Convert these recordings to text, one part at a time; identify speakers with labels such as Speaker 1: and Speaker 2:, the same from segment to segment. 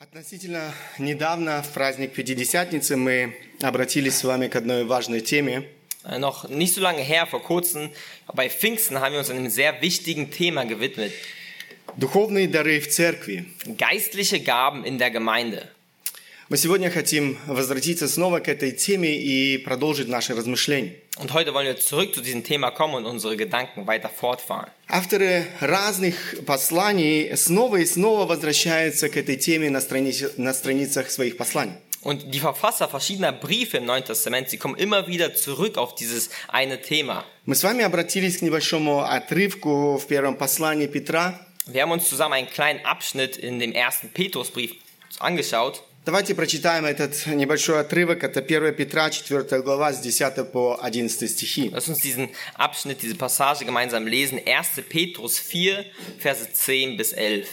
Speaker 1: Относительно недавно, в праздник Пятидесятницы, мы обратились с вами к одной важной теме,
Speaker 2: Äh, Noch nicht so lange her, vor kurzem, bei Pfingsten haben wir uns einem sehr wichtigen Thema gewidmet.
Speaker 1: Духовные дары в церкви.
Speaker 2: Geistliche Gaben in der Gemeinde.
Speaker 1: Мы сегодня хотим возвратиться снова к этой теме и продолжить наши размышления.
Speaker 2: Und heute wollen wir zurück zu diesem Thema kommen und unsere Gedanken weiter fortfahren.
Speaker 1: Авторы разных посланий снова и снова возвращаются к этой теме на, странице- на страницах своих посланий.
Speaker 2: Und die Verfasser verschiedener Briefe im Neuen Testament, sie kommen immer wieder zurück auf dieses eine Thema.
Speaker 1: Мы с вами обратились к небольшому отрывку в первом послании Петра.
Speaker 2: Wir haben uns zusammen einen kleinen Abschnitt in dem ersten Petrusbrief angeschaut.
Speaker 1: Давайте прочитаем этот небольшой отрывок. Это 1 Петра, 4 глава, с 10 по 11 стихи.
Speaker 2: Lass uns diesen Abschnitt, diese Passage gemeinsam lesen. 1. Petrus 4, Verse 10 bis 11.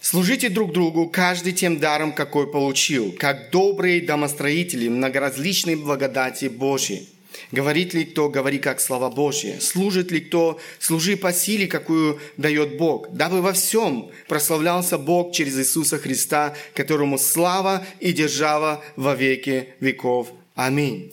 Speaker 1: Служите друг другу, каждый тем даром, какой получил, как добрые домостроители многоразличной благодати Божьей. Говорит ли кто, говори как слова Божьи. Служит ли кто, служи по силе, какую дает Бог, дабы во всем прославлялся Бог через Иисуса Христа, которому слава и держава во веки веков. Аминь.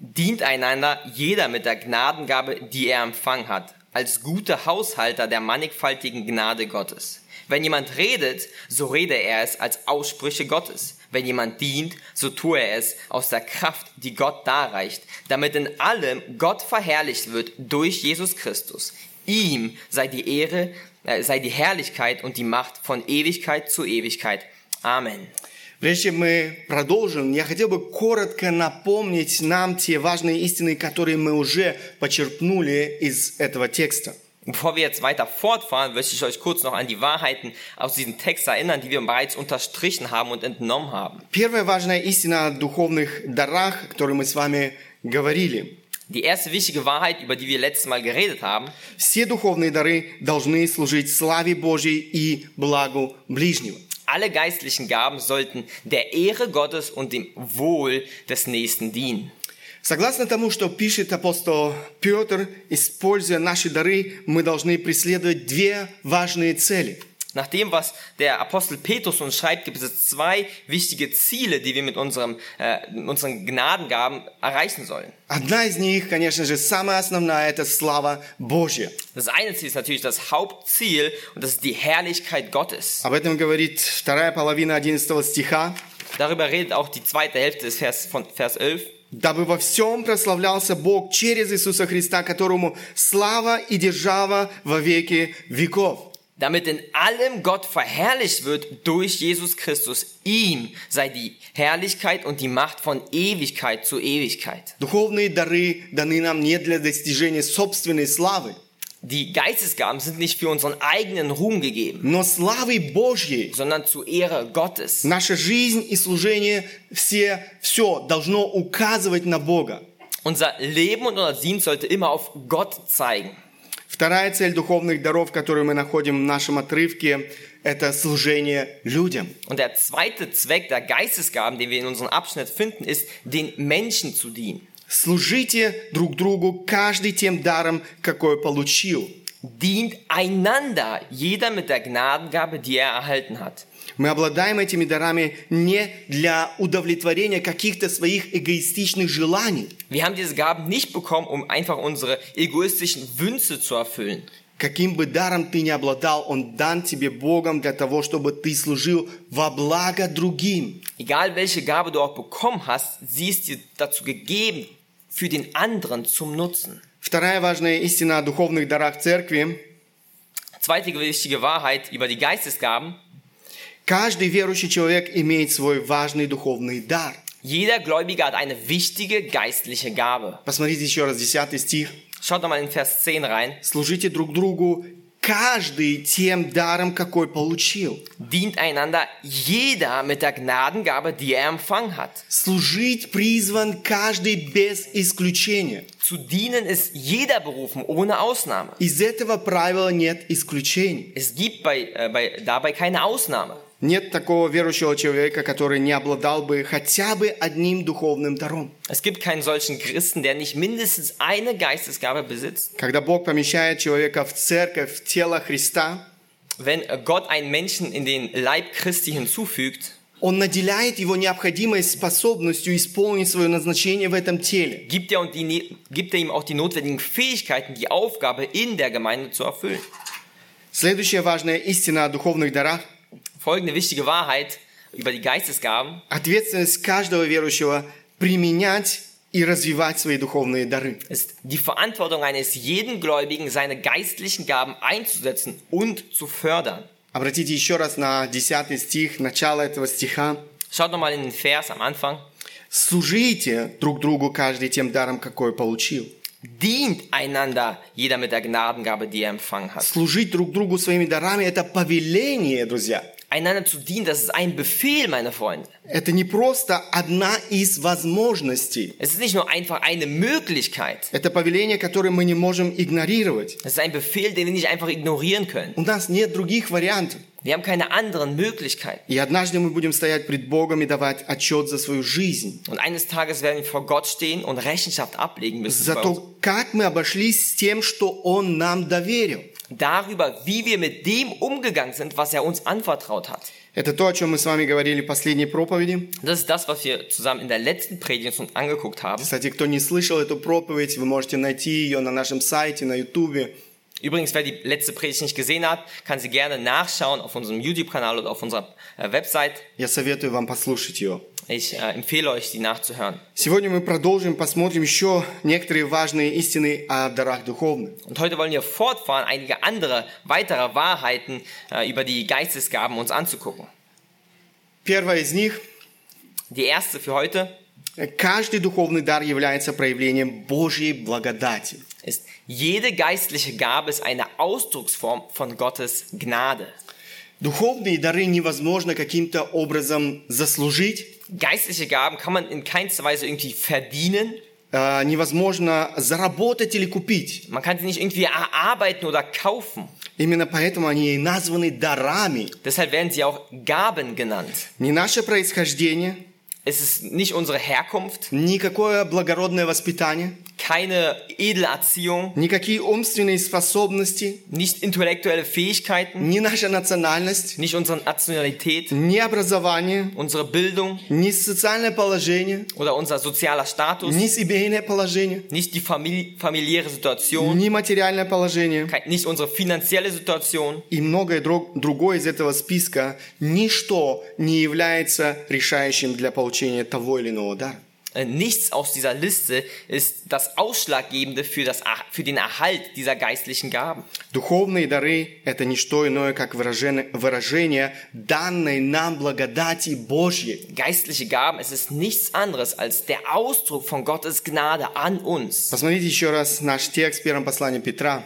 Speaker 2: Dient einander jeder mit der Gnadengabe, die er empfangen hat, als gute Haushalter der mannigfaltigen Gnade Gottes. Wenn jemand redet, so rede er es als Aussprüche Gottes. Wenn jemand dient, so tue er es aus der Kraft, die Gott darreicht, damit in allem Gott verherrlicht wird durch Jesus Christus. Ihm sei die Ehre, äh, sei die Herrlichkeit und die Macht von Ewigkeit zu Ewigkeit. Amen.
Speaker 1: Прежде чем мы продолжим, я хотел бы коротко напомнить нам те важные истины, которые мы уже почерпнули из этого текста.
Speaker 2: Bevor wir jetzt weiter fortfahren, möchte ich euch kurz noch an die Wahrheiten aus diesem Text erinnern, die wir bereits unterstrichen haben und entnommen haben.
Speaker 1: Первая важная истина о духовных дарах, о которой мы с вами говорили.
Speaker 2: Die erste wichtige Wahrheit, über die wir letztes Mal geredet haben,
Speaker 1: Все духовные дары должны служить славе Божьей и благу ближнего.
Speaker 2: alle geistlichen Gaben sollten der Ehre Gottes und dem Wohl des Nächsten dienen.
Speaker 1: Согласно тому, что пишет апостол Петр, используя наши дары, мы должны преследовать две важные цели.
Speaker 2: Nach dem, was der Apostel Petrus uns schreibt, gibt es zwei wichtige Ziele, die wir mit unserem, äh, mit unseren Gnadengaben erreichen sollen.
Speaker 1: Одна из них, конечно же, самая основная – это слава Божья.
Speaker 2: Das eine Ziel ist natürlich das Hauptziel und das ist die Herrlichkeit Gottes.
Speaker 1: Об этом говорит вторая половина 11 стиха.
Speaker 2: Darüber redet auch die zweite Hälfte des Vers von Vers 11.
Speaker 1: «Дабы во всем прославлялся Бог через Иисуса Христа, которому слава и держава во веки веков».
Speaker 2: Damit in allem Gott verherrlicht wird durch Jesus Christus. Ihm sei die Herrlichkeit und die Macht von Ewigkeit zu Ewigkeit.
Speaker 1: Духовные дары даны нам не для достижения собственной славы,
Speaker 2: Die Geistesgaben sind nicht für unseren eigenen Ruhm gegeben,
Speaker 1: но славы Божьей.
Speaker 2: sondern zur Ehre Gottes.
Speaker 1: Наша жизнь и служение все, все должно указывать на Бога.
Speaker 2: Unser Leben und unser Dienst sollte immer auf Gott zeigen.
Speaker 1: Вторая цель духовных даров, которую мы находим в нашем отрывке, это служение людям.
Speaker 2: Und der zweite Zweck der Geistesgaben, den wir in unserem Abschnitt finden, ist, den Menschen zu dienen.
Speaker 1: Служите друг другу каждый тем даром, какой получил.
Speaker 2: Dient einander, jeder mit der Gnadengabe, die er erhalten hat.
Speaker 1: Мы обладаем этими дарами не для удовлетворения каких-то своих эгоистичных желаний,
Speaker 2: Wir haben diese Gaben nicht bekommen, um einfach unsere egoistischen Wünsche zu erfüllen.
Speaker 1: Каким бы даром ты ни обладал, он дан тебе Богом для того, чтобы ты служил во благо другим.
Speaker 2: Egal welche Gabe du auch bekommen hast, sie ist dir dazu gegeben, für den anderen zum Nutzen.
Speaker 1: Вторая важная истина о духовных дарах церкви.
Speaker 2: Zweite wichtige Wahrheit über die Geistesgaben.
Speaker 1: Каждый верующий человек имеет свой важный духовный дар.
Speaker 2: Jeder Gläubige hat eine wichtige geistliche Gabe.
Speaker 1: Посмотрите еще раз 10 стих.
Speaker 2: Schaut doch mal in Vers 10 rein.
Speaker 1: Служите друг другу каждый тем даром, какой получил.
Speaker 2: Dient einander jeder mit der Gnadengabe, die er empfangen hat.
Speaker 1: Служить призван каждый без исключения.
Speaker 2: Zu dienen ist jeder berufen, ohne Ausnahme.
Speaker 1: Из этого правила нет исключений.
Speaker 2: Es gibt bei, äh, bei, dabei keine Ausnahme.
Speaker 1: Нет такого верующего человека, который не обладал бы хотя бы одним духовным даром.
Speaker 2: Es gibt keinen solchen Christen, der nicht mindestens eine Geistesgabe besitzt.
Speaker 1: Когда Бог помещает человека в церковь, в тело Христа,
Speaker 2: Wenn Gott einen Menschen in den Leib Christi hinzufügt,
Speaker 1: Он наделяет его необходимой способностью исполнить свое назначение в этом теле.
Speaker 2: gibt er, und die, ne- gibt er ihm auch die notwendigen Fähigkeiten, die Aufgabe in der Gemeinde zu erfüllen.
Speaker 1: Следующая важная истина о духовных дарах
Speaker 2: Folgende wichtige Wahrheit über die Geistesgaben.
Speaker 1: – ответственность каждого верующего применять и развивать свои dуховные дары.
Speaker 2: ist die Verantwortung eines jeden Gläubigen, seine geistlichen Gaben einzusetzen und zu fördern.
Speaker 1: Обратите еще раз на 10 стих, начало этого стиха.
Speaker 2: Schaut nochmal in den Vers am Anfang.
Speaker 1: «Служите друг другу каждый тем даром, какой получил».
Speaker 2: Dient einander jeder mit der Gnadengabe, die er empfangen hat.
Speaker 1: Служить друг другу своими дарами – это повеление, друзья.
Speaker 2: Einander zu dienen, das ist ein Befehl, meine Freunde.
Speaker 1: Это не просто одна из возможностей.
Speaker 2: Es ist nicht nur einfach eine Möglichkeit.
Speaker 1: Это повеление, которое мы не можем игнорировать.
Speaker 2: Es ist ein Befehl, den wir nicht einfach ignorieren können.
Speaker 1: У нас нет других вариантов.
Speaker 2: Wir haben keine anderen Möglichkeiten.
Speaker 1: И однажды мы будем стоять пред Богом и давать отчет за свою жизнь.
Speaker 2: Und eines Tages werden wir vor Gott stehen und Rechenschaft ablegen müssen.
Speaker 1: За
Speaker 2: bei uns.
Speaker 1: то, как мы обошлись с тем, что Он нам доверил.
Speaker 2: Darüber, wie wir mit dem umgegangen sind, was er uns anvertraut hat.
Speaker 1: Это то, о чем мы с вами говорили в последней проповеди.
Speaker 2: Das ist das, was wir zusammen in der letzten Predigt uns angeguckt haben.
Speaker 1: Кстати, кто не слышал эту проповедь, вы можете найти ее на нашем сайте, на ютубе.
Speaker 2: Übrigens, wer die letzte Predigt nicht gesehen hat, kann sie gerne nachschauen auf unserem YouTube-Kanal oder auf unserer äh, Website.
Speaker 1: Я советую вам послушать ее.
Speaker 2: Ich äh, empfehle euch, die nachzuhören.
Speaker 1: Сегодня мы продолжим, посмотрим еще некоторые важные истины о дарах духовных.
Speaker 2: Und heute wollen wir fortfahren, einige andere, weitere Wahrheiten äh, über die Geistesgaben uns anzugucken.
Speaker 1: Первая из них
Speaker 2: Die erste für heute
Speaker 1: – каждый духовный дар является проявлением Божьей благодати.
Speaker 2: ist, jede geistliche Gabe ist eine Ausdrucksform von Gottes Gnade.
Speaker 1: Духовные дары невозможно каким-то образом заслужить,
Speaker 2: Geistliche Gaben kann man in keinster Weise irgendwie verdienen,
Speaker 1: э, невозможно заработать или купить.
Speaker 2: man kann sie nicht irgendwie erarbeiten oder kaufen.
Speaker 1: Именно поэтому они и названы дарами.
Speaker 2: Deshalb werden sie auch Gaben genannt.
Speaker 1: Ни наше происхождение,
Speaker 2: Es ist nicht unsere Herkunft,
Speaker 1: никакое благородное воспитание,
Speaker 2: keine edle Erziehung,
Speaker 1: никакие умственные способности,
Speaker 2: nicht intellektuelle Fähigkeiten,
Speaker 1: ни наша национальность,
Speaker 2: nicht unsere Nationalität,
Speaker 1: ни образование,
Speaker 2: unsere Bildung
Speaker 1: ни социальное положение,
Speaker 2: oder unser sozialer Status,
Speaker 1: ни семейное положение,
Speaker 2: nicht die famili familiäre Situation,
Speaker 1: ни материальное положение
Speaker 2: kein- nicht unsere finanzielle Situation
Speaker 1: и многое друг- другое из этого списка, ничто не является решающим для получения того или иного дара.
Speaker 2: Äh, Nichts aus dieser Liste ist das Ausschlaggebende für, das, Er- für den Erhalt dieser geistlichen Gaben.
Speaker 1: Духовные дары – это не что иное, как выражение, выражение данной нам благодати Божьей.
Speaker 2: Geistliche Gaben, es ist nichts anderes als der Ausdruck von Gottes Gnade an uns.
Speaker 1: Посмотрите еще раз наш текст в первом послании Петра.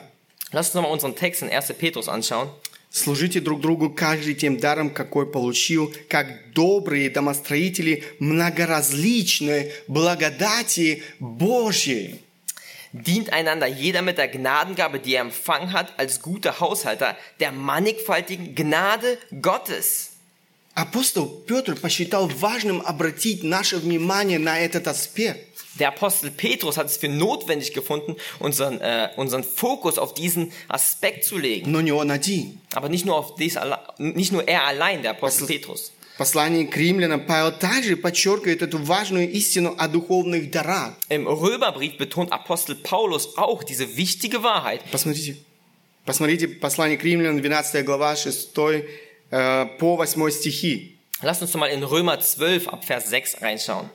Speaker 2: Lass uns nochmal unseren Text in 1. Petrus anschauen.
Speaker 1: «Служите друг другу каждый тем даром, какой получил, как добрые домостроители многоразличной благодати Божьей».
Speaker 2: Dient einander jeder mit der Gnadengabe, die er empfangen hat, als guter Haushalter der mannigfaltigen Gnade Gottes.
Speaker 1: Апостол Петр посчитал важным обратить наше внимание на этот аспект.
Speaker 2: Der Apostel Petrus hat es für notwendig gefunden, unseren, äh, unseren Fokus auf diesen Aspekt zu legen.
Speaker 1: Но не он один.
Speaker 2: Aber nicht nur, auf dies alle, nicht nur er allein, der Apostel
Speaker 1: Was ist-
Speaker 2: Petrus.
Speaker 1: В послании к римлянам Павел также подчеркивает эту важную истину о духовных дарах.
Speaker 2: Im Römerbrief betont Apostel Paulus auch diese wichtige Wahrheit.
Speaker 1: Посмотрите. Посмотрите послание к римлянам, 12 глава, 6 э, по 8 стихи.
Speaker 2: Lass uns doch mal in Römer 12 ab Vers 6 reinschauen.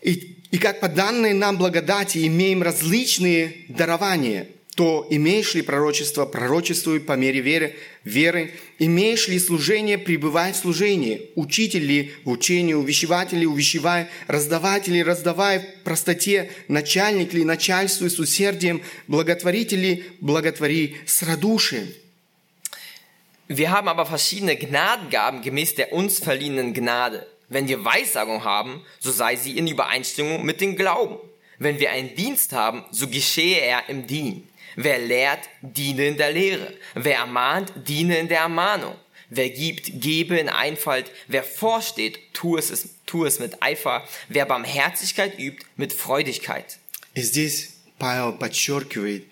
Speaker 1: И, и как по данной нам благодати имеем различные дарования, то имеешь ли пророчество, пророчествуй по мере веры, веры, имеешь ли служение, пребывай в служении, учитель ли в учении, увещеватель ли увещевай, раздаватель ли раздавай в простоте, начальник ли начальствуй с усердием, благотворитель ли благотвори с радушием.
Speaker 2: Wir haben aber verschiedene Gnadengaben gemäß der uns verliehenen Gnade. Wenn wir Weissagung haben, so sei sie in Übereinstimmung mit dem Glauben. Wenn wir einen Dienst haben, so geschehe er im Dien. Wer lehrt, diene in der Lehre. Wer ermahnt, diene in der Ermahnung. Wer gibt, gebe in Einfalt. Wer vorsteht, tu es, es- tu es mit Eifer. Wer Barmherzigkeit übt, mit Freudigkeit.
Speaker 1: И здесь Павел подчеркивает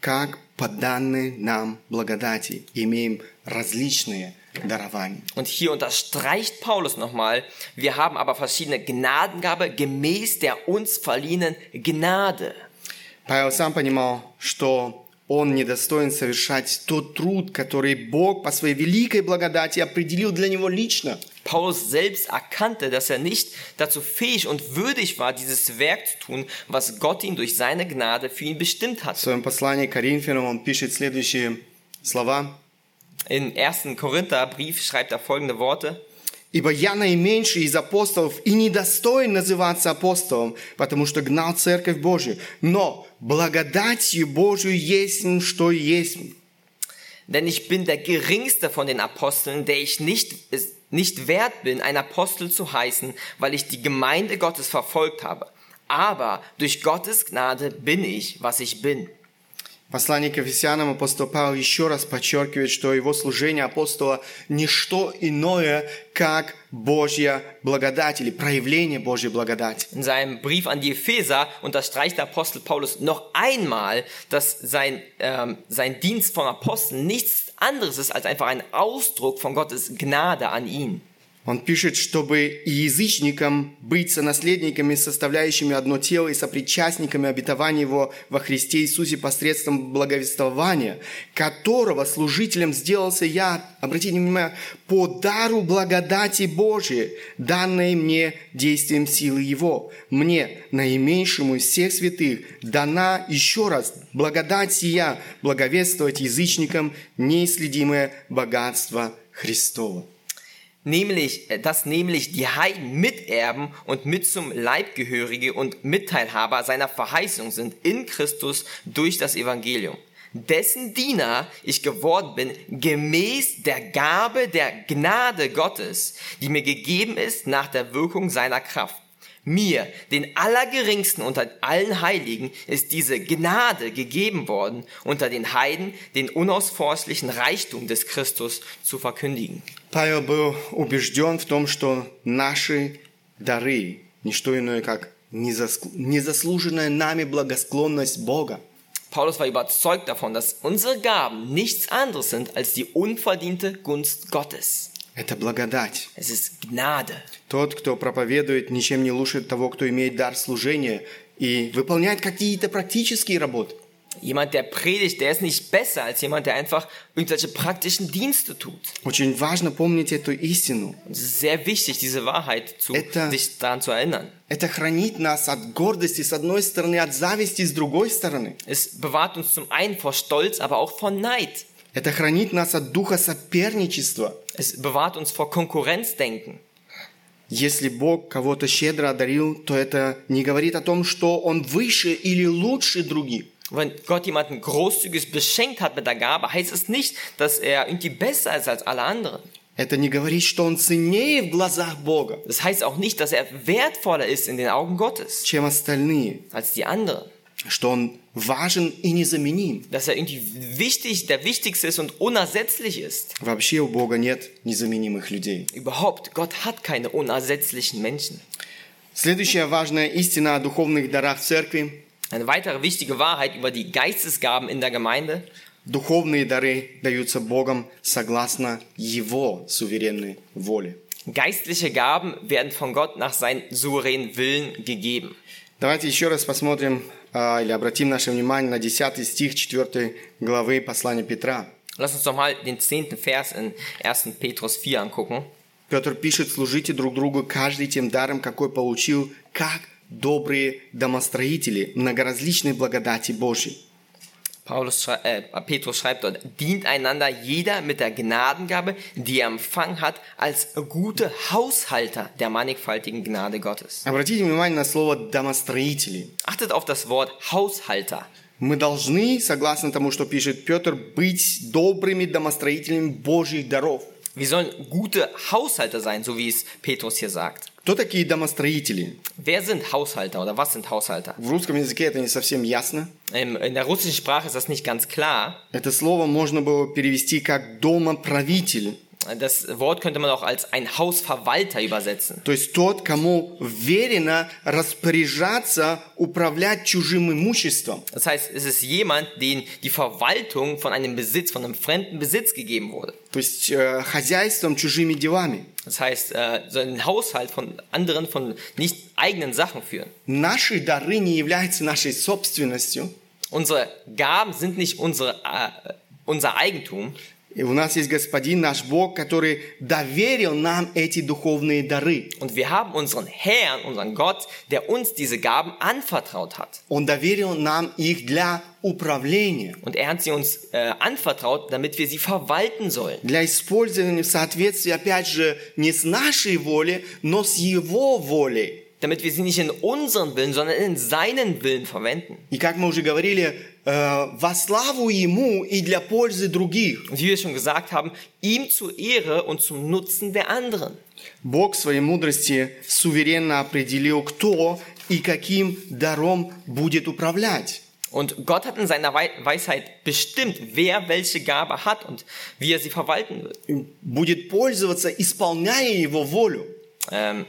Speaker 1: как по данной нам благодати имеем различные дарования.
Speaker 2: Und hier unterstreicht Paulus nochmal, wir haben aber verschiedene Gnadengabe gemäß der uns verliehenen Gnade.
Speaker 1: Павел сам понимал, что он недостоин совершать тот труд, который Бог по своей великой благодати определил для него лично.
Speaker 2: Paulus selbst erkannte, dass er nicht dazu fähig und würdig war, dieses Werk zu tun, was Gott ihm durch seine Gnade für ihn bestimmt
Speaker 1: В
Speaker 2: hat.
Speaker 1: своем послании к Коринфянам он пишет следующие слова.
Speaker 2: Im 1. Korintherbrief schreibt er folgende Worte.
Speaker 1: «Ибо я наименьший из апостолов и недостоин называться апостолом, потому что гнал Церковь Божию. Но благодатью Божию есть, что есть».
Speaker 2: Denn ich bin der geringste von den Aposteln, der ich nicht, es nicht wert bin, ein Apostel zu heißen, weil ich die Gemeinde Gottes verfolgt habe. Aber durch Gottes Gnade bin ich, was ich bin.
Speaker 1: Послание к Ефесянам апостол Павел еще раз подчеркивает, что его служение апостола – ничто иное, как Божья благодать или проявление Божьей благодати.
Speaker 2: In seinem Brief an die Epheser unterstreicht der Apostel Paulus noch einmal, dass sein, ähm, sein Dienst von Aposteln nichts anderes ist als einfach ein Ausdruck von Gottes Gnade an ihn.
Speaker 1: Он пишет, чтобы и язычникам быть сонаследниками, составляющими одно тело и сопричастниками обетования его во Христе Иисусе посредством благовествования, которого служителем сделался я, обратите внимание, по дару благодати Божией, данной мне действием силы Его. Мне, наименьшему из всех святых, дана еще раз благодать сия, благовествовать язычникам неисследимое богатство Христова.
Speaker 2: Nämlich, äh, dass nämlich die Heiden Miterben und mit zum Leibgehörige und Mitteilhaber seiner Verheißung sind in Christus durch das Evangelium. Dessen Diener ich geworden bin, gemäß der Gabe der Gnade Gottes, die mir gegeben ist nach der Wirkung seiner Kraft. Mir, den Allergeringsten unter allen Heiligen, ist diese Gnade gegeben worden, unter den Heiden den unausforschlichen Reichtum des Christus zu verkündigen.
Speaker 1: Павел был убежден в том, что наши дары – не что иное, как незаск- незаслуженная нами благосклонность Бога.
Speaker 2: Paulus war überzeugt davon, dass unsere Gaben nichts anderes sind als die unverdiente Gunst Gottes.
Speaker 1: Это благодать.
Speaker 2: Es ist Gnade.
Speaker 1: Тот, кто проповедует, ничем не лучше того, кто имеет дар служения и выполняет какие-то практические работы.
Speaker 2: Jemand, der predigt, der ist nicht besser als jemand, der einfach irgendwelche praktischen Dienste tut.
Speaker 1: Очень важно помнить эту истину.
Speaker 2: Und es ist sehr wichtig, diese Wahrheit zu,
Speaker 1: Etwa-
Speaker 2: sich daran zu erinnern.
Speaker 1: Это хранит нас от гордости с одной стороны, от зависти с другой стороны.
Speaker 2: Es bewahrt uns zum einen vor Stolz, aber auch vor Neid.
Speaker 1: Это хранит нас от духа соперничества –
Speaker 2: Es bewahrt uns vor Konkurrenzdenken.
Speaker 1: Если Бог кого-то щедро одарил, то это не говорит о том, что он выше или лучше других.
Speaker 2: Wenn Gott jemanden großzügig beschenkt hat mit der Gabe, heißt es nicht, dass er irgendwie besser ist als alle anderen.
Speaker 1: Это не говорит, что он ценнее в глазах Бога,
Speaker 2: Das heißt auch nicht, dass er wertvoller ist in den Augen Gottes
Speaker 1: чем остальные,
Speaker 2: als die anderen.
Speaker 1: что он важен и незаменим.
Speaker 2: Dass er irgendwie wichtig, der Wichtigste ist und unersetzlich ist.
Speaker 1: Вообще у Бога нет незаменимых людей.
Speaker 2: Überhaupt, Gott hat keine unersetzlichen Menschen.
Speaker 1: Следующая важная истина о духовных дарах церкви.
Speaker 2: Eine weitere wichtige Wahrheit über die Geistesgaben in der Gemeinde.
Speaker 1: Духовные дары даются Богом согласно Его суверенной воле.
Speaker 2: Geistliche Gaben werden von Gott nach seinem souveränen Willen gegeben.
Speaker 1: Давайте еще раз посмотрим а, или обратим наше внимание на 10 стих 4 главы послания Петра.
Speaker 2: Lass uns nochmal den zehnten Vers in 1. Petrus 4 angucken.
Speaker 1: Петр пишет, служите друг другу каждый тем даром, какой получил, как добрые домостроители многоразличной благодати Божьей.
Speaker 2: Paulus, schrei- äh, Petrus schreibt dort, dient einander jeder mit der Gnadengabe, die er empfangen hat, als gute Haushalter der mannigfaltigen Gnade Gottes.
Speaker 1: Обратите внимание на слово «домостроители».
Speaker 2: Achtet auf das Wort Haushalter.
Speaker 1: Мы должны, согласно тому, что пишет Петр, быть добрыми домостроителями Божьих даров.
Speaker 2: Wir sollen gute Haushalter sein, so wie es Petrus hier sagt.
Speaker 1: Кто такие домостроители?
Speaker 2: Wer sind Haushalter oder was sind Haushalter?
Speaker 1: В русском языке это не совсем ясно.
Speaker 2: Ähm, in der russischen Sprache ist das nicht ganz klar.
Speaker 1: Это слово можно было перевести как «домоправитель».
Speaker 2: Das Wort könnte man auch als ein Hausverwalter übersetzen.
Speaker 1: То есть тот, кому верено распоряжаться, управлять чужим имуществом.
Speaker 2: Das heißt, es ist jemand, dem die Verwaltung von einem Besitz, von einem fremden Besitz gegeben wurde.
Speaker 1: То есть э, хозяйством, чужими делами.
Speaker 2: Das heißt, äh, so einen Haushalt von anderen, von nicht eigenen Sachen führen.
Speaker 1: Наши дары не являются нашей собственностью.
Speaker 2: Unsere Gaben sind nicht unsere, äh, unser Eigentum,
Speaker 1: И у нас есть Господин наш Бог, который доверил нам эти духовные дары.
Speaker 2: Und wir haben unseren Herrn, unseren Gott, der uns diese Gaben anvertraut hat.
Speaker 1: Он доверил нам их для управления,
Speaker 2: Und er hat sie uns äh, anvertraut, damit wir sie verwalten sollen.
Speaker 1: для использования в соответствии, опять же, не с нашей волей, но с Его волей.
Speaker 2: Damit wir sie nicht in unseren Willen, sondern in seinen Willen verwenden.
Speaker 1: И как мы уже говорили, э, во славу Ему и для пользы других.
Speaker 2: Und wie wir schon gesagt haben, ihm zur Ehre und zum Nutzen der anderen.
Speaker 1: Бог в своей мудрости суверенно определил, кто и каким даром будет управлять.
Speaker 2: Und Gott hat in seiner Wei- Weisheit bestimmt, wer welche Gabe hat und wie er sie verwalten wird.
Speaker 1: Будет пользоваться, исполняя Его волю.
Speaker 2: Ähm,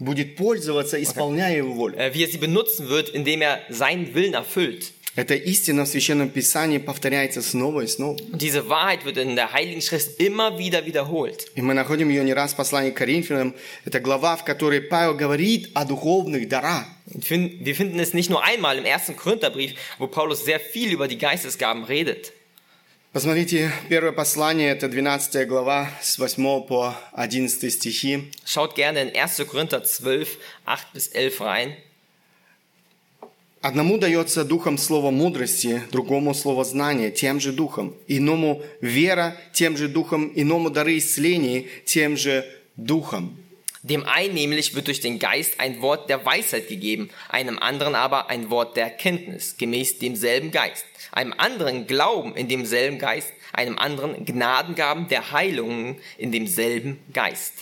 Speaker 1: Будет пользоваться, исполняя Его волю.
Speaker 2: äh, wie er sie benutzen wird, indem er seinen Willen erfüllt.
Speaker 1: Эта истина в Священном Писании повторяется снова и снова.
Speaker 2: Und diese Wahrheit wird in der Heiligen Schrift immer wieder wiederholt.
Speaker 1: И мы находим ее не раз в послании к Коринфянам. Это глава, в которой Павел говорит о духовных дарах.
Speaker 2: Und fin- Wir finden es nicht nur einmal im ersten Korintherbrief, wo Paulus sehr viel über die Geistesgaben redet.
Speaker 1: Посмотрите, первое послание, это 12 глава, с 8 по 11 стихи.
Speaker 2: Schaut gerne in 1. Korinther 12, 8 bis 11 rein.
Speaker 1: «Одному дается духом слово мудрости, другому слово знания, тем же духом, иному вера, тем же духом, иному дары исцеления, тем же духом».
Speaker 2: Dem einen nämlich wird durch den Geist ein Wort der Weisheit gegeben, einem anderen aber ein Wort der Erkenntnis, gemäß demselben Geist, einem anderen Glauben in demselben Geist, einem anderen Gnadengaben der Heilungen in demselben Geist.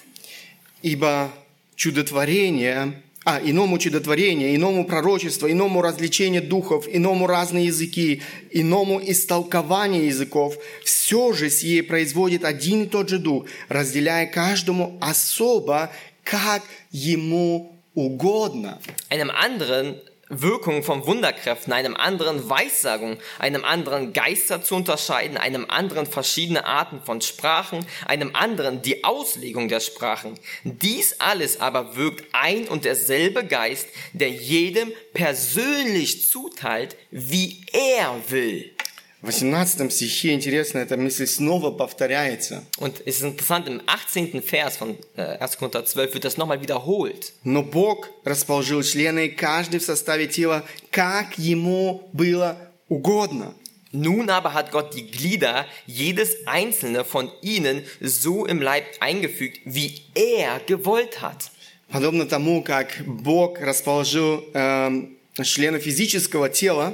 Speaker 1: Ибо чудотворение, а, иному чудотворение, иному пророчество, иному развлечение духов, иному разные языки, иному истолкование языков, все же сие производит один и тот же дух, разделяя каждому особо, как ему угодно.
Speaker 2: einem anderen Wirkung von Wunderkräften, einem anderen Weissagung, einem anderen Geister zu unterscheiden, einem anderen verschiedene Arten von Sprachen, einem anderen die Auslegung der Sprachen. Dies alles aber wirkt ein und derselbe Geist, der jedem persönlich zuteilt, wie er will.
Speaker 1: В 18 стихе, интересно, эта мысль снова повторяется.
Speaker 2: Und es ist interessant, im 18. Vers von äh, 1. Korinther 12 wird das nochmal wiederholt.
Speaker 1: Но Бог расположил члены, каждый в составе тела, как ему было угодно.
Speaker 2: Nun aber hat Gott die Glieder, jedes einzelne von ihnen, so im Leib eingefügt, wie er gewollt hat.
Speaker 1: Подобно тому, как Бог расположил эм, члены физического тела,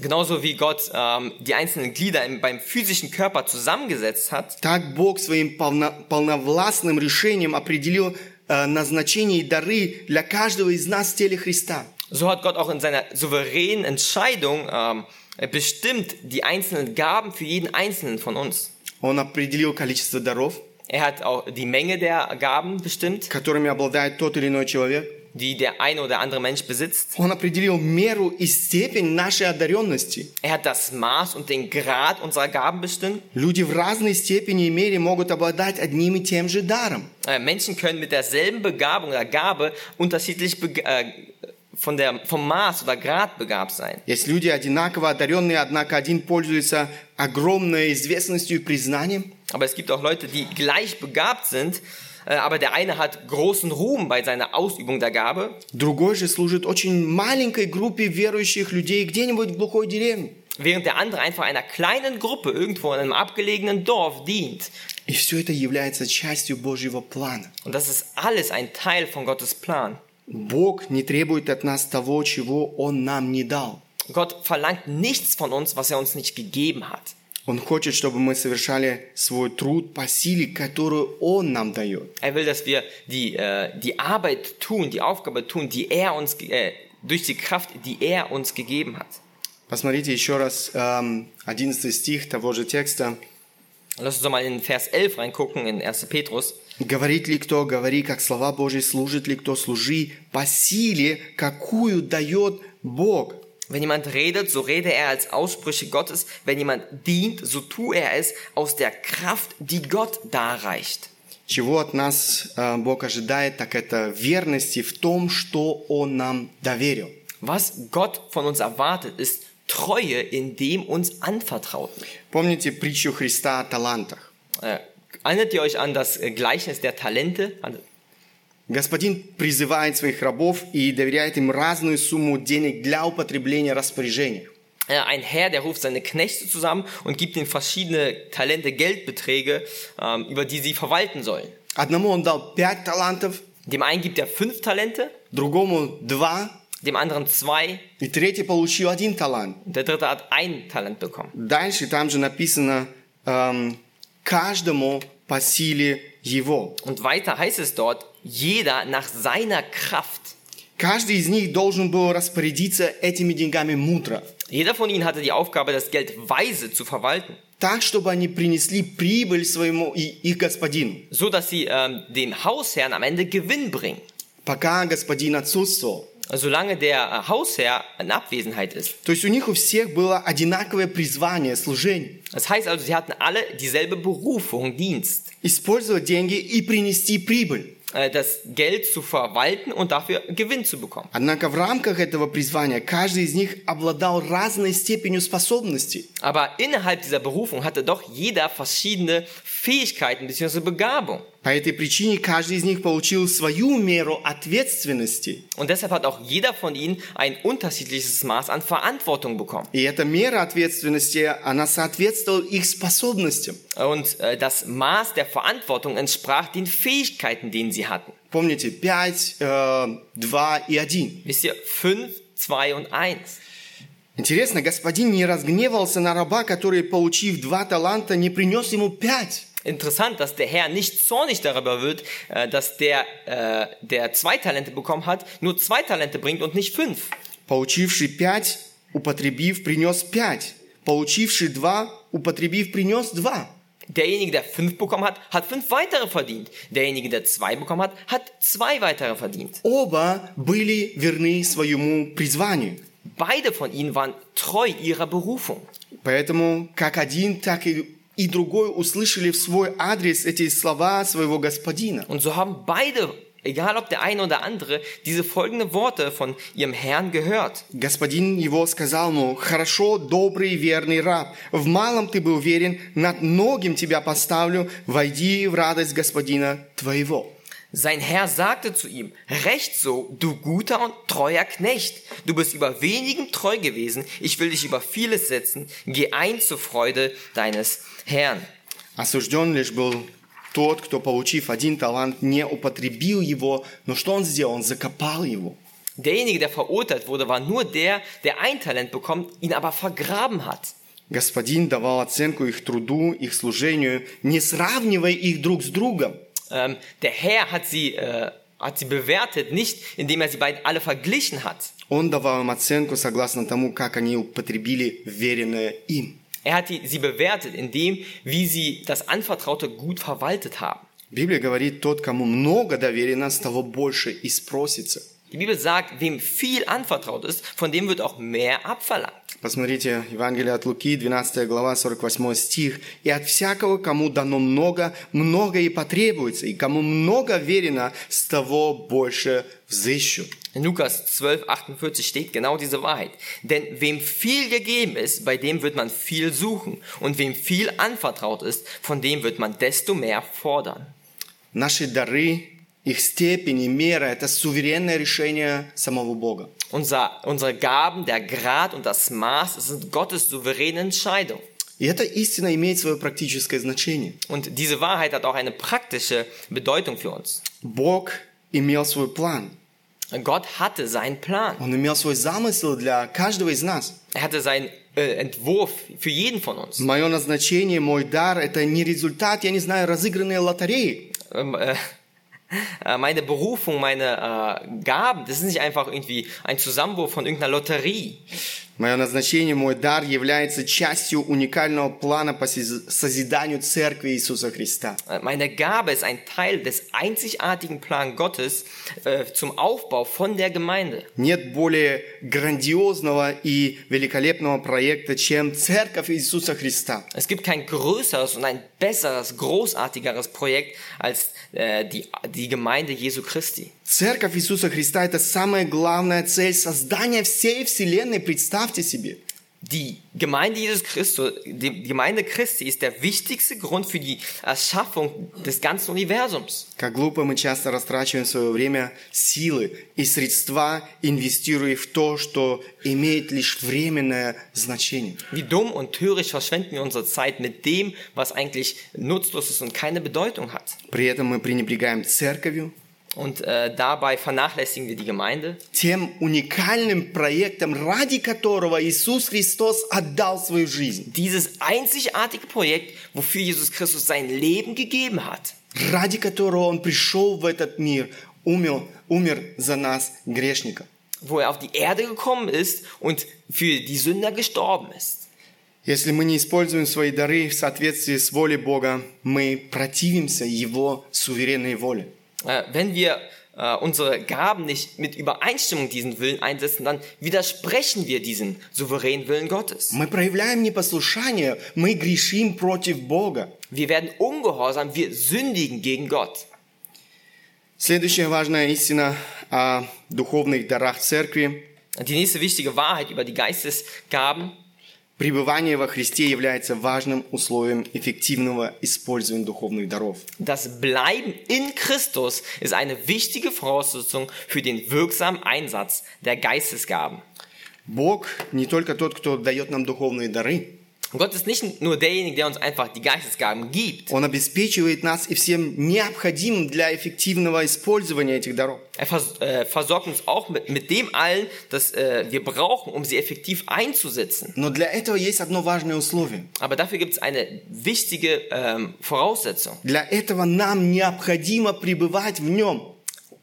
Speaker 2: Genauso wie Gott ähm, die einzelnen Glieder im, beim physischen Körper zusammengesetzt hat,
Speaker 1: так Бог своим полно- полновластным решением определил э, назначение и дары для каждого из нас в теле Христа.
Speaker 2: so hat Gott auch in seiner souveränen Entscheidung ähm, bestimmt die einzelnen Gaben für jeden einzelnen von uns.
Speaker 1: Он opределил количество даров,
Speaker 2: Er hat auch die Menge der Gaben bestimmt,
Speaker 1: которыми обладает тот или иной человек.
Speaker 2: die der eine oder andere Mensch besitzt.
Speaker 1: Он определил меру и степень нашей одаренности.
Speaker 2: Er hat das Maß und den Grad unserer Gaben bestimmt.
Speaker 1: Люди в разной степени и мере могут обладать одним и тем же даром.
Speaker 2: Äh, Menschen können mit derselben Begabung oder Gabe unterschiedlich beg- äh, von der, vom Maß oder Grad begabt sein.
Speaker 1: Есть люди одинаково одаренные, однако один пользуется огромной известностью и признанием,
Speaker 2: Aber es gibt auch Leute, die gleich begabt sind, äh, aber der eine hat großen Ruhm bei seiner Ausübung der Gabe,
Speaker 1: Другой же служит очень маленькой группе верующих людей где-нибудь в глухой деревне.
Speaker 2: während der andere einfach einer kleinen Gruppe irgendwo in einem abgelegenen Dorf dient.
Speaker 1: И все это является частью Божьего плана.
Speaker 2: Und das ist alles ein Teil von Gottes Plan.
Speaker 1: Бог не требует от нас того, чего Он нам не дал.
Speaker 2: Gott verlangt nichts von uns, was er uns nicht gegeben hat.
Speaker 1: Он хочет, чтобы мы совершали свой труд по силе, которую Он нам дает.
Speaker 2: Er will, dass wir die, äh, die Arbeit tun, die Aufgabe tun, die er uns, ge- äh, durch die Kraft, die er uns gegeben hat.
Speaker 1: Посмотрите еще раз эм, 11 стих того же текста.
Speaker 2: Lass uns doch mal in Vers 11 reingucken, in 1. Petrus.
Speaker 1: Говорит ли кто, говори, как слова Божьи, служит ли кто, служи по силе, какую дает Бог.
Speaker 2: Wenn jemand redet, so rede er als Aussprüche Gottes. Wenn jemand dient, so tu er es aus der Kraft, die Gott darreicht.
Speaker 1: Чего от нас э, Бог ожидает, так это верности в том, что Он нам доверил.
Speaker 2: Was Gott von uns erwartet, ist Treue in dem uns Anvertrauten.
Speaker 1: Помните притчу Христа о талантах?
Speaker 2: Äh, erinnert ihr euch an das äh, Gleichnis der Talente? An-
Speaker 1: Господин призывает своих рабов и доверяет им разную сумму денег для употребления распоряжения.
Speaker 2: Äh, Ein Herr, der ruft seine Knechte zusammen und gibt ihnen verschiedene Talente, Geldbeträge, ähm, über die sie verwalten sollen.
Speaker 1: Одному он дал пять талантов,
Speaker 2: Dem einen gibt er fünf Talente,
Speaker 1: другому два,
Speaker 2: dem anderen zwei,
Speaker 1: и третий получил один талант.
Speaker 2: und der dritte hat ein Talent bekommen.
Speaker 1: Дальше там же написано эм, каждому по силе его.
Speaker 2: Und weiter heißt es dort, jeder nach seiner Kraft.
Speaker 1: Каждый из них должен был распорядиться этими деньgами мудро,
Speaker 2: Jeder von ihnen hatte die Aufgabe, das Geld weise zu verwalten,
Speaker 1: так, чтобы они принесли прибыль своему и их господину.
Speaker 2: so dass sie ähm, dem Hausherrn am Ende Gewinn bringen,
Speaker 1: Пока господин отсутствовал.
Speaker 2: solange der äh, Hausherr in Abwesenheit ist.
Speaker 1: То есть у них у всех было одинаковое призвание, служение.
Speaker 2: Das heißt also, sie hatten alle dieselbe Berufung, Dienst,
Speaker 1: Использовать деньги и принести прибыль.
Speaker 2: äh, das Geld zu verwalten und dafür Gewinn zu bekommen.
Speaker 1: Однако в рамках этого призвания каждый из них обладал разной степенью способностей.
Speaker 2: Aber innerhalb dieser Berufung hatte doch jeder verschiedene Fähigkeiten bzw. Begabung.
Speaker 1: По этой причине каждый из них получил свою меру ответственности.
Speaker 2: Und deshalb hat auch jeder von ihnen ein unterschiedliches Maß an Verantwortung bekommen.
Speaker 1: И эта мера ответственности, она соответствовала их способностям.
Speaker 2: Und äh, das Maß der Verantwortung entsprach den Fähigkeiten, denen sie hatten.
Speaker 1: Помните, 5, 2 и 1.
Speaker 2: Wisst ihr, 5, 2 und 1.
Speaker 1: Интересно, господин не разгневался на раба, который, получив два таланта, не принес ему пять.
Speaker 2: Interessant, dass der Herr nicht zornig darüber wird, äh, dass der, äh, der zwei Talente bekommen hat, nur zwei Talente bringt und nicht fünf.
Speaker 1: Получивший пять, употребив, принес пять. Получивший два, употребив, принес два.
Speaker 2: Derjenige, der fünf bekommen hat, hat fünf weitere verdient. Derjenige, der zwei bekommen hat, hat zwei weitere verdient.
Speaker 1: Оба были верны своему призванию.
Speaker 2: Beide von ihnen waren treu ihrer Berufung.
Speaker 1: Поэтому как один, так и, и другой услышали в свой адрес эти слова своего господина.
Speaker 2: Und so haben beide, egal ob der eine oder andere, diese folgenden Worte von ihrem Herrn gehört.
Speaker 1: Господин его сказал ему, «Хорошо, добрый, верный раб, в малом ты был верен, над многим тебя поставлю, войди в радость господина твоего».
Speaker 2: Sein Herr sagte zu ihm, recht so, du guter und treuer Knecht. Du bist über wenigem treu gewesen. Ich will dich über vieles setzen. Geh ein zur Freude deines Herrn.
Speaker 1: Осужден лишь был тот, кто, получив один талант, не употребил его, но что он сделал? Он закопал его.
Speaker 2: Derjenige, der verurteilt wurde, war nur der, der ein Talent bekommt, ihn aber vergraben hat.
Speaker 1: Господин давал оценку их труду, их служению, не сравнивая их друг с другом.
Speaker 2: Ähm, der Herr hat sie, äh, hat sie bewertet, nicht indem er sie beiden alle verglichen hat.
Speaker 1: Он давал им оценку согласно тому, как они употребили веренное им.
Speaker 2: Er hat die, sie bewertet, indem, wie sie das Anvertraute gut verwaltet haben.
Speaker 1: Библия говорит, тот, кому много доверено, с того больше и спросится.
Speaker 2: Die Bibel sagt, wem viel anvertraut ist, von dem wird auch mehr abverlangt.
Speaker 1: Посмотрите, Евангелие от Луки, 12 глава, 48 стих. «И от всякого, кому дано много, много и потребуется, и кому много верено, с того больше взыщу».
Speaker 2: In Lukas 12, 48 steht genau diese Wahrheit. Denn wem viel gegeben ist, bei dem wird man viel suchen. Und wem viel anvertraut ist, von dem wird man desto mehr fordern.
Speaker 1: Наши дары, их степень и мера – это суверенное решение самого Бога.
Speaker 2: Unser, unsere Gaben, der Grad und das Maß es sind Gottes souveräne Entscheidung.
Speaker 1: И эта истина имеет свое практическое значение.
Speaker 2: Und diese Wahrheit hat auch eine praktische Bedeutung für uns.
Speaker 1: Бог имел свой план.
Speaker 2: Gott hatte seinen Plan.
Speaker 1: Он имел свой замысел для каждого из нас.
Speaker 2: Er hatte seinen äh, Entwurf für jeden von uns.
Speaker 1: Мое назначение, мой дар – это не результат, я не знаю, разыгранной лотереи.
Speaker 2: Ähm, äh, äh, meine Berufung, meine äh, Gaben, das ist nicht einfach irgendwie ein Zusammenwurf von irgendeiner Lotterie.
Speaker 1: Мое назначение, мой дар является частью уникального плана по сиз- созиданию Церкви Иисуса Христа.
Speaker 2: Äh, Meine Gabe ist ein Teil des einzigartigen Plan Gottes äh, zum Aufbau von der Gemeinde.
Speaker 1: Нет более грандиозного и великолепного проекта, чем Церковь Иисуса Христа.
Speaker 2: Es gibt kein größeres und ein besseres, großartigeres Projekt als äh, die, die Gemeinde Jesu Christi.
Speaker 1: Церковь Иисуса Христа – это самая главная цель создания всей Вселенной, представьте себе.
Speaker 2: Die Gemeinde Jesus Christus, die Gemeinde Christi ist der wichtigste Grund für die Erschaffung des ganzen Universums.
Speaker 1: Как глупо мы часто растрачиваем свое время, силы и средства, инвестируя в то, что имеет лишь временное значение.
Speaker 2: Wie dumm und töricht verschwenden wir unsere Zeit mit dem, was eigentlich nutzlos ist und keine Bedeutung hat.
Speaker 1: При этом мы пренебрегаем церковью,
Speaker 2: Und äh, dabei vernachlässigen wir die Gemeinde
Speaker 1: тем уникальным проектом, ради которого Иисус Христос отдал свою жизнь,
Speaker 2: dieses einzigartige Projekt, wofür Jesus Christus sein Leben gegeben hat,
Speaker 1: ради которого Он пришел в этот мир, умер, умер за нас, грешников.
Speaker 2: wo er auf die Erde gekommen ist und für die Sünder gestorben ist.
Speaker 1: Если мы не используем свои дары в соответствии с волей Бога, мы противимся Его суверенной воле.
Speaker 2: Äh, wenn wir äh, unsere Gaben nicht mit Übereinstimmung diesen Willen einsetzen, dann widersprechen wir diesem souveränen Willen Gottes.
Speaker 1: Мы проявляем непослушание, мы грешим против Бога.
Speaker 2: Wir werden ungehorsam, wir sündigen gegen Gott.
Speaker 1: Следующая важная истина о духовных дарах церкви.
Speaker 2: Die nächste wichtige Wahrheit über die Geistesgaben
Speaker 1: Пребывание во Христе является важным условием эффективного использования духовных даров.
Speaker 2: Das Bleiben in Christus ist eine wichtige Voraussetzung für den wirksamen Einsatz der Geistesgaben.
Speaker 1: Бог не только тот, кто дает нам духовные дары,
Speaker 2: Und Gott ist nicht nur derjenige, der uns einfach die Geistesgaben gibt.
Speaker 1: Он обеспечивает нас и всем необходимым для эффективного использования этих даров.
Speaker 2: Er vers äh, versorgt uns auch mit, mit dem allen, das äh, wir brauchen, um sie effektiv einzusetzen.
Speaker 1: Но для этого есть одно важное условие.
Speaker 2: Aber dafür gibt es eine wichtige ähm, Voraussetzung.
Speaker 1: Для этого нам необходимо пребывать в нем.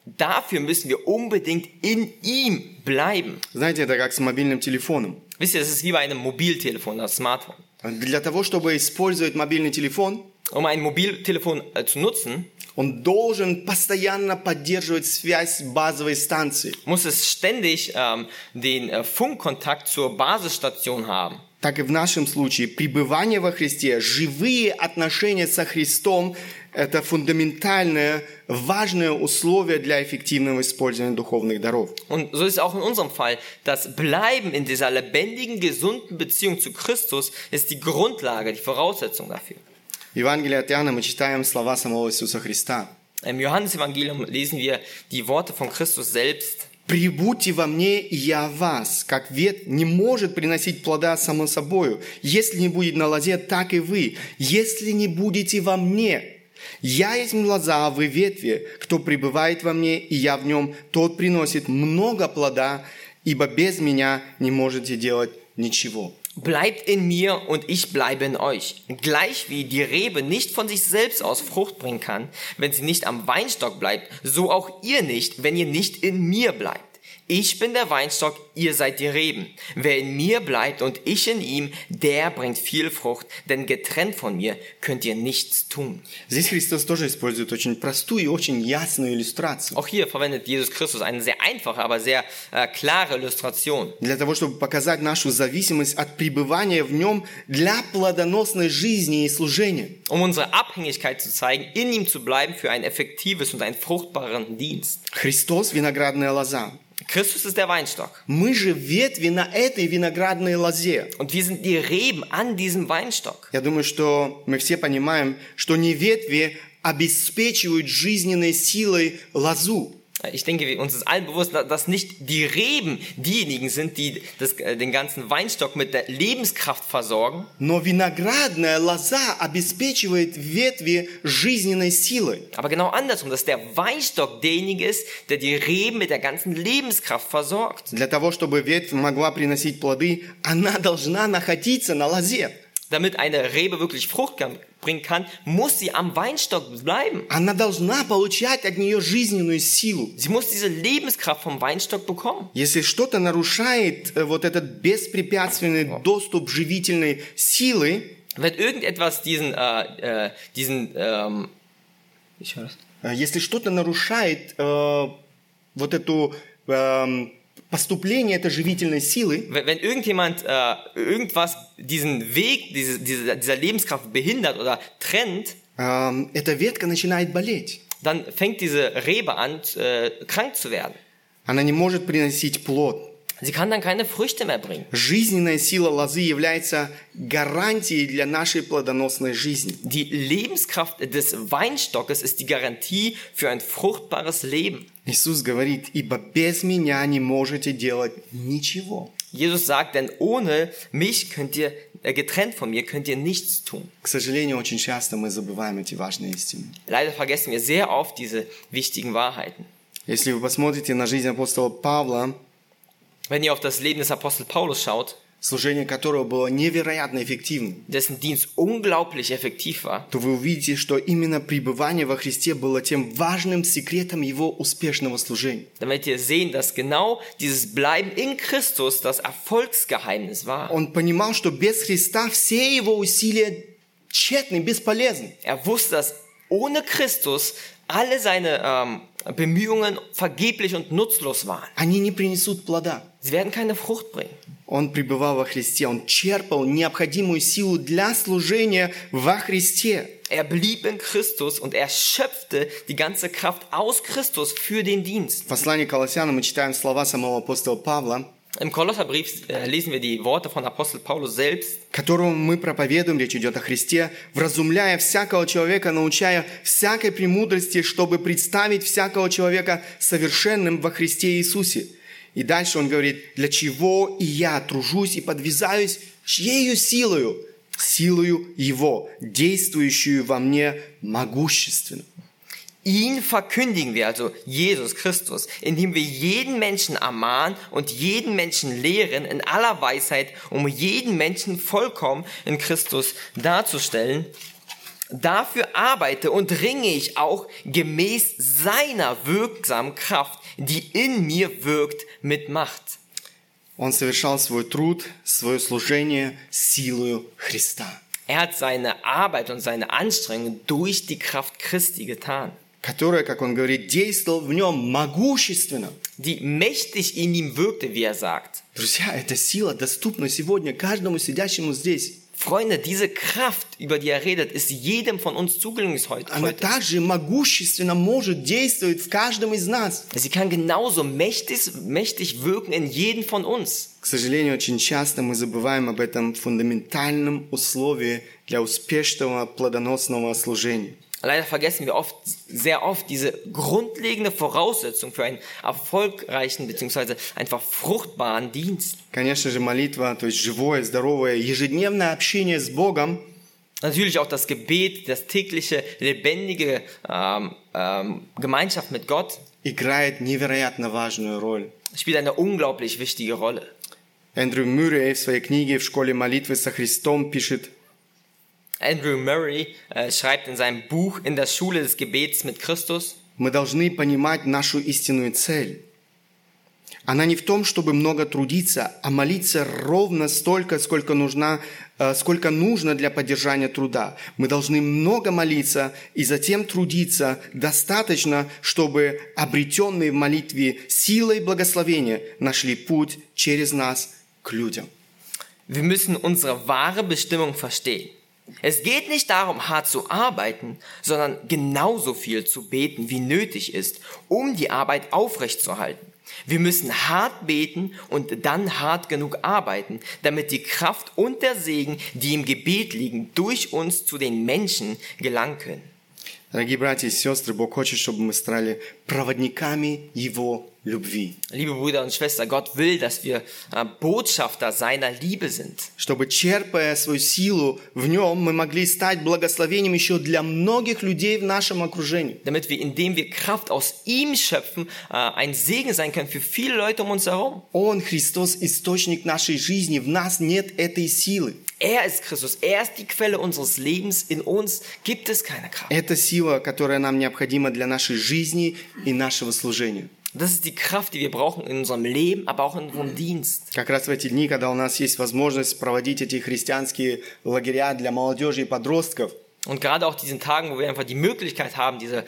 Speaker 2: Dafür müssen wir unbedingt in ihm bleiben.
Speaker 1: Знаете, это как с мобильным телефоном.
Speaker 2: Wisst ihr, das ist wie bei einem Mobiltelefon oder Smartphone.
Speaker 1: Для того, чтобы использовать мобильный телефон,
Speaker 2: Um ein Mobiltelefon äh, zu nutzen,
Speaker 1: он должен постоянно поддерживать связь с базовой станцией.
Speaker 2: muss es ständig ähm, den äh, Funkkontakt zur Basisstation haben.
Speaker 1: Так и в нашем случае пребывание во Христе, живые отношения со Христом – это фундаментальное, важное условие для эффективного использования духовных даров.
Speaker 2: Und so ist es auch in unserem Fall. Das Bleiben in dieser lebendigen, gesunden Beziehung zu Christus ist die Grundlage, die Voraussetzung dafür.
Speaker 1: В Евангелии от Иоанна мы читаем слова самого Иисуса Христа.
Speaker 2: Im Johannesevangelium lesen wir die Worte von Christus selbst.
Speaker 1: «Прибудьте во мне, и я в вас, как вет не может приносить плода само собою. Если не будет на лозе, так и вы. Если не будете во мне, я есть лоза, а вы ветви. Кто пребывает во мне, и я в нем, тот приносит много плода, ибо без меня не можете делать ничего».
Speaker 2: Bleibt in mir und ich bleibe in euch. Gleich wie die Rebe nicht von sich selbst aus Frucht bringen kann, wenn sie nicht am Weinstock bleibt, so auch ihr nicht, wenn ihr nicht in mir bleibt. Ich bin der Weinstock, ihr seid die Reben. Wer in mir bleibt und ich in ihm, der bringt viel Frucht, denn getrennt von mir könnt ihr nichts tun.
Speaker 1: Здесь Христос тоже использует очень простую и очень ясную иллюстрацию
Speaker 2: Auch hier verwendet Jesus Christus eine sehr einfache, aber sehr äh, klare Illustration.
Speaker 1: для того, чтобы показать нашу зависимость от пребывания в нем для плодоносной жизни и служения.
Speaker 2: um unsere Abhängigkeit zu zeigen, in ihm zu bleiben für ein effektives und einen fruchtbaren Dienst.
Speaker 1: Христос – виноградная лоза.
Speaker 2: Christus ist der Weinstock
Speaker 1: Мы же ветви на этой виноградной лозе.
Speaker 2: und wir sind die Reben an diesem Weinstock.
Speaker 1: Я думаю, что мы все понимаем, что не ветви обеспечивают жизненной силой лозу.
Speaker 2: Ich denke, wir- uns ist allen bewusst, da- dass nicht die Reben diejenigen sind, die das, äh, den ganzen Weinstock mit der Lebenskraft versorgen,
Speaker 1: Но виноградная лоза обеспечивает ветви жизненной силой.
Speaker 2: aber genau andersrum, dass der Weinstock derjenige ist, der die Reben mit der ganzen Lebenskraft versorgt.
Speaker 1: Для того, чтобы ветвь могла приносить плоды, она должна находиться на лозе.
Speaker 2: damit eine Rebe wirklich Frucht kann- bringen kann, muss sie am Weinstock bleiben.
Speaker 1: Она должна получать от нее жизненную силу.
Speaker 2: Sie muss diese Lebenskraft vom Weinstock bekommen.
Speaker 1: Если что-то нарушает э, вот этот беспрепятственный доступ живительной силы,
Speaker 2: Wenn irgendetwas diesen, äh, äh, diesen, ähm, ich höre das.
Speaker 1: э, если что-то нарушает э, вот эту эм, поступление этой живительной силы,
Speaker 2: Wenn, wenn irgendjemand äh, irgendwas diesen Weg diese, diese, dieser Lebenskraft behindert oder trennt,
Speaker 1: эм, эта ветка начинает болеть.
Speaker 2: dann fängt diese Rebe an, äh, krank zu werden.
Speaker 1: Она не может приносить плод.
Speaker 2: Sie kann dann keine Früchte mehr bringen.
Speaker 1: Жизненная сила лозы является гарантией для нашей плодоносной жизни.
Speaker 2: Die Lebenskraft des Weinstockes ist die Garantie für ein fruchtbares Leben.
Speaker 1: Иисус говорит, ибо без меня не можете делать ничего.
Speaker 2: Jesus sagt, denn ohne mich könnt ihr, äh, getrennt von mir, könnt ihr nichts tun.
Speaker 1: К сожалению, очень часто мы забываем эти важные истины.
Speaker 2: Leider vergessen wir sehr oft diese wichtigen Wahrheiten.
Speaker 1: Если вы посмотрите на жизнь апостола Павла,
Speaker 2: Wenn ihr auf das Leben des Apostel Paulus schaut,
Speaker 1: служение которого было невероятно эффективным,
Speaker 2: dessen Dienst unglaublich effektiv war,
Speaker 1: то вы увидите, что именно пребывание во Христе было тем важным секретом его успешного служения.
Speaker 2: dann werdet ihr sehen, dass genau dieses Bleiben in Christus das Erfolgsgeheimnis war.
Speaker 1: Он понимал, что без Христа все его усилия тщетны, бесполезны.
Speaker 2: Er wusste, dass ohne Christus alle seine ähm, Bemühungen vergeblich und nutzlos waren.
Speaker 1: Они не принесут плода.
Speaker 2: Sie werden keine Frucht bringen.
Speaker 1: Он пребывал во Христе, он черпал необходимую силу для служения во Христе.
Speaker 2: Er blieb in Christus und er schöpfte die ganze Kraft aus Christus für den Dienst.
Speaker 1: В послании к Колоссянам мы читаем слова самого апостола Павла,
Speaker 2: Im Kolosserbrief äh, lesen wir die Worte von Apostel Paulus selbst.
Speaker 1: которому мы проповедуем, речь идет о Христе, вразумляя всякого человека, научая всякой премудрости, чтобы представить всякого человека совершенным во Христе Иисусе. И дальше он говорит, для чего и я тружусь и подвязаюсь, чьею силою? Силою Его, действующую во мне могущественно.
Speaker 2: Ihn verkündigen wir, also Jesus Christus, indem wir jeden Menschen ermahnen und jeden Menschen lehren in aller Weisheit, um jeden Menschen vollkommen in Christus darzustellen. Dafür arbeite und ringe ich auch gemäß seiner wirksamen Kraft, die in mir wirkt, mit Macht.
Speaker 1: Он совершал свой труд, свое служение силою Христа,
Speaker 2: Er hat seine Arbeit und seine Anstrengungen durch die Kraft Christi getan,
Speaker 1: которое, как он говорит, действовал в нем могущественно.
Speaker 2: die mächtig in ihm wirkte, wie er sagt.
Speaker 1: Друзья, эта сила доступна сегодня каждому сидящему здесь.
Speaker 2: Freunde, diese Kraft, über die er redet, ist jedem von uns zugänglich heute.
Speaker 1: Она
Speaker 2: heute.
Speaker 1: также могущественно может действовать в каждом из нас.
Speaker 2: Sie kann genauso mächtig, mächtig wirken in jedem von uns.
Speaker 1: К сожалению, очень часто мы забываем об этом фундаментальном условии для успешного плодоносного служения.
Speaker 2: Leider vergessen wir oft, sehr oft diese grundlegende Voraussetzung für einen erfolgreichen bzw. einfach fruchtbaren Dienst.
Speaker 1: Конечно же, молитва, то есть живое, здоровое, ежедневное общение с Богом –
Speaker 2: Natürlich auch das Gebet, das tägliche, lebendige ähm, ähm, Gemeinschaft mit Gott
Speaker 1: играет невероятно важную роль.
Speaker 2: spielt eine unglaublich wichtige Rolle.
Speaker 1: Эндрю Мюррей в своей книге «В школе молитвы со Христом» пишет,
Speaker 2: Andrew Murray äh, schreibt in seinem Buch In der Schule des Gebets mit Christus,
Speaker 1: мы должны понимать нашу истинную цель. Она не в том, чтобы много трудиться, а молиться ровно столько, сколько, нужна, э, сколько нужно для поддержания труда. Мы должны много молиться и затем трудиться достаточно, чтобы обретенные в молитве силой благословения нашли путь через нас к людям.
Speaker 2: Wir müssen unsere wahre Bestimmung verstehen. Es geht nicht darum, hart zu arbeiten, sondern genauso viel zu beten, wie nötig ist, um die Arbeit aufrechtzuerhalten. Wir müssen hart beten und dann hart genug arbeiten, damit die Kraft und der Segen, die im Gebet liegen, durch uns zu den Menschen gelangen können.
Speaker 1: Дорогие братья и сестры, Бог хочет, чтобы мы стали проводниками Его любви,
Speaker 2: Liebe Brüder und Schwestern, Gott will, dass wir äh, Botschafter seiner Liebe sind.
Speaker 1: чтобы, черпая свою силу в нем, мы могли стать благословением еще для многих людей в нашем окружении.
Speaker 2: Damit wir, indem wir Kraft aus ihm schöpfen, äh, ein Segen sein können für viele Leute um uns herum.
Speaker 1: Он, Христос, источник нашей жизни, в нас нет этой силы.
Speaker 2: Er ist Christus, er ist die Quelle unseres Lebens. In uns gibt es keine Kraft.
Speaker 1: Это сила, которая нам необходима для нашей жизни и нашего служения.
Speaker 2: Das ist die Kraft, die wir brauchen in unserem Leben, aber auch in unserem Dienst.
Speaker 1: Как раз в эти дни, когда у нас есть возможность проводить эти христианские лагеря для молодежи и подростков,
Speaker 2: Und gerade auch diesen Tagen, wo wir einfach die Möglichkeit haben, diese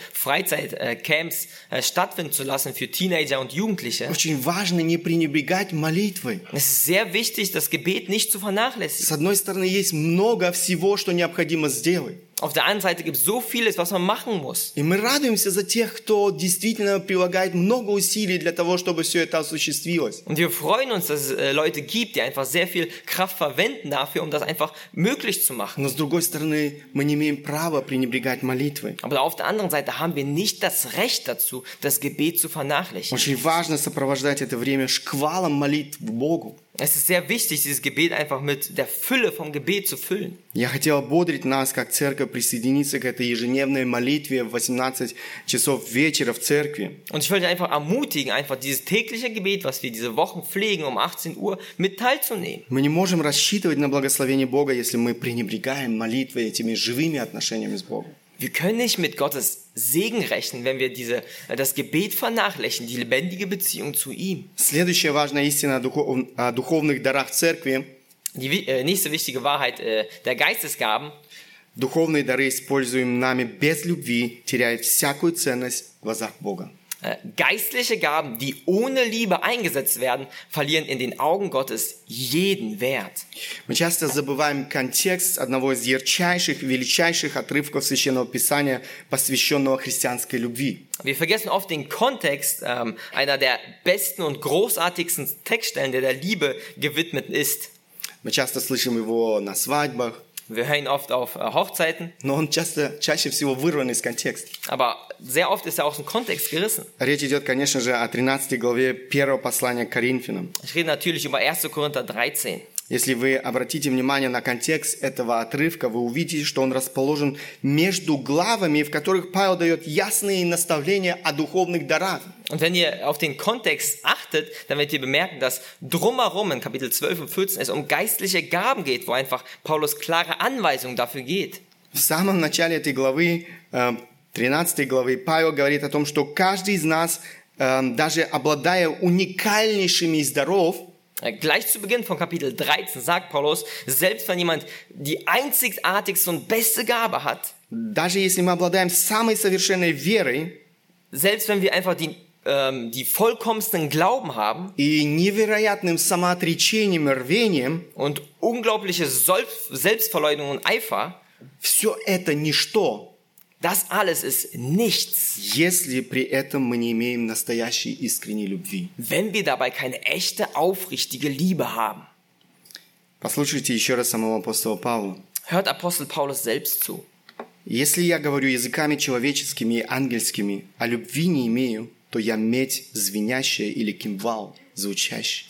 Speaker 2: Freizeitcamps äh, stattfinden zu lassen für Teenager und Jugendliche.
Speaker 1: очень важно не пренебрегать молитвой.
Speaker 2: Es ist sehr wichtig, das Gebet nicht zu vernachlässigen.
Speaker 1: С одной стороны, есть много всего, что необходимо сделать.
Speaker 2: Auf der anderen Seite gibt es so vieles, was man machen muss.
Speaker 1: И мы радуемся за тех, кто действительно прилагает много усилий для того, чтобы все это осуществилось.
Speaker 2: Und wir freuen uns, dass es äh, Leute gibt, die einfach sehr viel Kraft verwenden dafür, um das einfach möglich zu machen.
Speaker 1: Но с другой стороны, мы не имеем права пренебрегать молитвой.
Speaker 2: Aber auf der anderen Seite haben wir nicht das Recht dazu, das Gebet zu vernachlässigen.
Speaker 1: Очень важно сопровождать это время шквалом молитв к Богу.
Speaker 2: Es ist sehr wichtig, dieses Gebet einfach mit der Fülle vom Gebet zu füllen.
Speaker 1: Я хотел бодрить нас, как церковь, присоединиться к этой ежедневной молитве в 18 часов вечера в церкви.
Speaker 2: Und ich wollte einfach ermutigen, einfach dieses tägliche Gebet, was wir diese Wochen pflegen, um 18 Uhr mit teilzunehmen.
Speaker 1: Мы не можем рассчитывать на благословение Бога, если мы пренебрегаем молитвой этими живыми отношениями с Богом.
Speaker 2: Wir können nicht mit Gottes Segen rechnen, wenn wir diese, äh, das Gebet vernachlässigen, die lebendige Beziehung zu ihm.
Speaker 1: Следующая важная истина о, духов- о духовных дарах церкви.
Speaker 2: Die wi- äh, nächste wichtige Wahrheit äh, der Geistesgaben.
Speaker 1: Духовные дары, используемые нами без любви, теряют всякую ценность в глазах Бога.
Speaker 2: äh, Geistliche Gaben, die ohne Liebe eingesetzt werden, verlieren in den Augen Gottes jeden Wert.
Speaker 1: Мы часто забываем контекст одного из ярчайших, величайших отрывков Священного Писания, посвященного христианской любви.
Speaker 2: Wir vergessen oft den Kontext ähm, einer der besten und großartigsten Textstellen, der der Liebe gewidmet ist.
Speaker 1: Мы часто слышим его на свадьбах,
Speaker 2: Wir hören ihn oft auf äh, Hochzeiten,
Speaker 1: но он часто, чаще всего вырван из контекста.
Speaker 2: aber sehr oft ist er aus dem Kontext gerissen.
Speaker 1: Речь идет, конечно же, о 13 главе первого послания к Коринфянам.
Speaker 2: Ich rede natürlich über 1. Korinther 13.
Speaker 1: Если вы обратите внимание на контекст этого отрывка, вы увидите, что он расположен между главами, в которых Павел дает ясные наставления о духовных дарах.
Speaker 2: Und wenn ihr auf den Kontext achtet, dann werdet ihr bemerken, dass drumherum in Kapitel 12 und 14 es um geistliche Gaben geht, wo einfach Paulus klare Anweisungen dafür geht.
Speaker 1: В самом начале этой главы, э, 13 главы, Павел говорит о том, что каждый из нас, э, даже обладая уникальнейшими из даров,
Speaker 2: Äh, Gleich zu Beginn von Kapitel 13 sagt Paulus, selbst wenn jemand die einzigartigste und beste Gabe hat,
Speaker 1: даже если мы обладаем самой совершенной верой,
Speaker 2: selbst wenn wir einfach die, ähm, die vollkommensten Glauben haben
Speaker 1: и невероятным самоотречением и рвением,
Speaker 2: und unglaubliche Sol- Selbstverleugnung und Eifer,
Speaker 1: все это ничто,
Speaker 2: das alles ist nichts,
Speaker 1: если при этом мы не имеем настоящей искренней любви.
Speaker 2: wenn wir dabei keine echte, aufrichtige Liebe haben.
Speaker 1: Послушайте еще раз самого апостола Павла.
Speaker 2: Hört Apostel Paulus selbst zu.
Speaker 1: «Если я говорю языками человеческими и ангельскими, а любви не имею, то я медь звенящая или кимвал звучащий.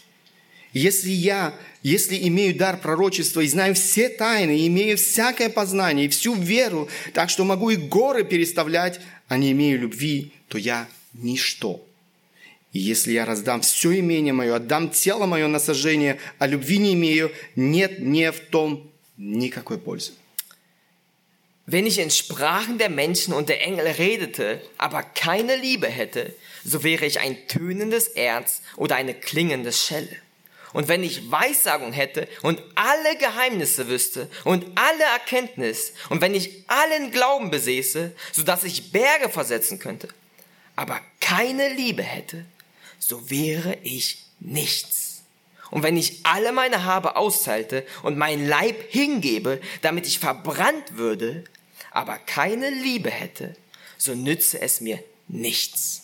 Speaker 1: Если я, если имею дар пророчества и знаю все тайны, и имею всякое познание и всю веру, так что могу и горы переставлять, а не имею любви, то я ничто. И если я раздам все имение мое, отдам тело мое на сожжение, а любви не имею, нет мне в том никакой пользы.
Speaker 2: Wenn ich in Sprachen der Menschen und der Engel redete, aber keine Liebe hätte, so wäre ich ein tönendes Erz oder eine klingende Schelle. Und wenn ich Weissagung hätte und alle Geheimnisse wüsste und alle Erkenntnis und wenn ich allen Glauben besäße, so dass ich Berge versetzen könnte, aber keine Liebe hätte, so wäre ich nichts. Und wenn ich alle meine Habe austeilte und meinen Leib hingebe, damit ich verbrannt würde, aber keine Liebe hätte, so nütze es mir nichts.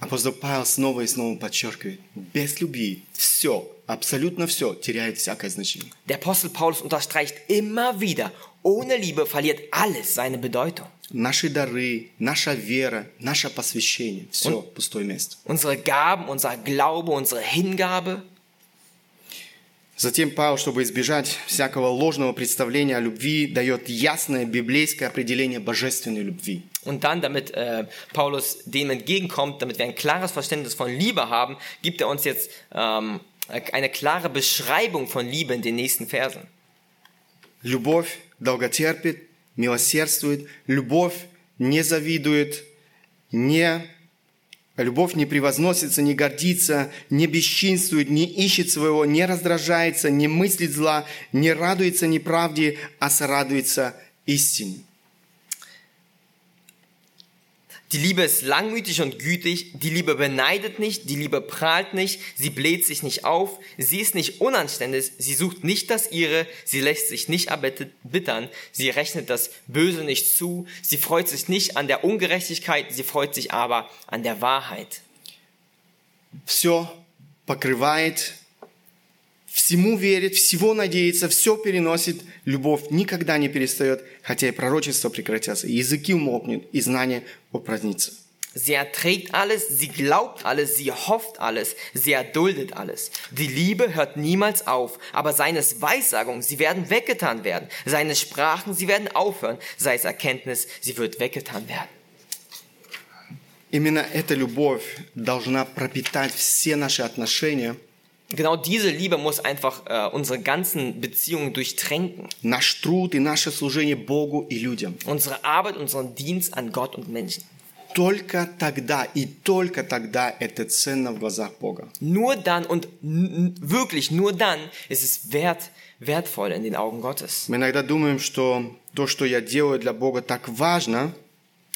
Speaker 1: Апостол Павел снова и снова подчеркивает, без любви все, абсолютно все теряет всякое значение.
Speaker 2: Der Apostel Paulus unterstreicht immer wieder, ohne Liebe verliert alles seine Bedeutung.
Speaker 1: наши дары, наша вера, наше посвящение. Все пустое место.
Speaker 2: Unsere Gaben, unser Glaube, unsere Hingabe.
Speaker 1: Затем Павел, чтобы избежать всякого ложного представления о любви, дает ясное библейское определение божественной любви.
Speaker 2: Und dann, damit äh, Paulus dem entgegenkommt, damit wir ein klares Verständnis von Liebe haben, gibt er uns jetzt ähm, eine klare Beschreibung von Liebe in den nächsten Versen.
Speaker 1: Любовь долготерпит, милосердствует, любовь не завидует, не... Любовь не превозносится, не гордится, не бесчинствует, не ищет своего, не раздражается, не мыслит зла, не радуется неправде, а сорадуется истине.
Speaker 2: Die Liebe ist langmütig und gütig, die Liebe beneidet nicht, die Liebe prahlt nicht, sie bläht sich nicht auf, sie ist nicht unanständig, sie sucht nicht das Ihre, sie lässt sich nicht erbittern, sie rechnet das Böse nicht zu, sie freut sich nicht an der Ungerechtigkeit, sie freut sich aber an der Wahrheit.
Speaker 1: Все покрывает, всему верит, всего надеется, все переносит. Любовь никогда не перестает, хотя и пророчества прекратятся, и языки умолкнут, и знания упразднится.
Speaker 2: Sie erträgt alles, sie glaubt alles, sie hofft alles, sie erduldet alles. Die Liebe hört niemals auf, aber seines Weissagungen, sie werden weggetan werden. Seine Sprachen, sie werden aufhören, sei es Erkenntnis, sie wird weggetan werden.
Speaker 1: Именно эта любовь должна пропитать все наши отношения,
Speaker 2: Genau diese Liebe muss einfach äh, unsere ganzen Beziehungen durchtränken.
Speaker 1: наш труд и наше служение Богу и людям.
Speaker 2: Unsere Arbeit, unseren Dienst an Gott und Menschen.
Speaker 1: Только тогда и только тогда это ценно в глазах Бога.
Speaker 2: Nur dann und n- n- wirklich nur dann ist es wert, wertvoll in den Augen Gottes.
Speaker 1: Мы иногда думаем, что то, что я делаю для Бога, так важно,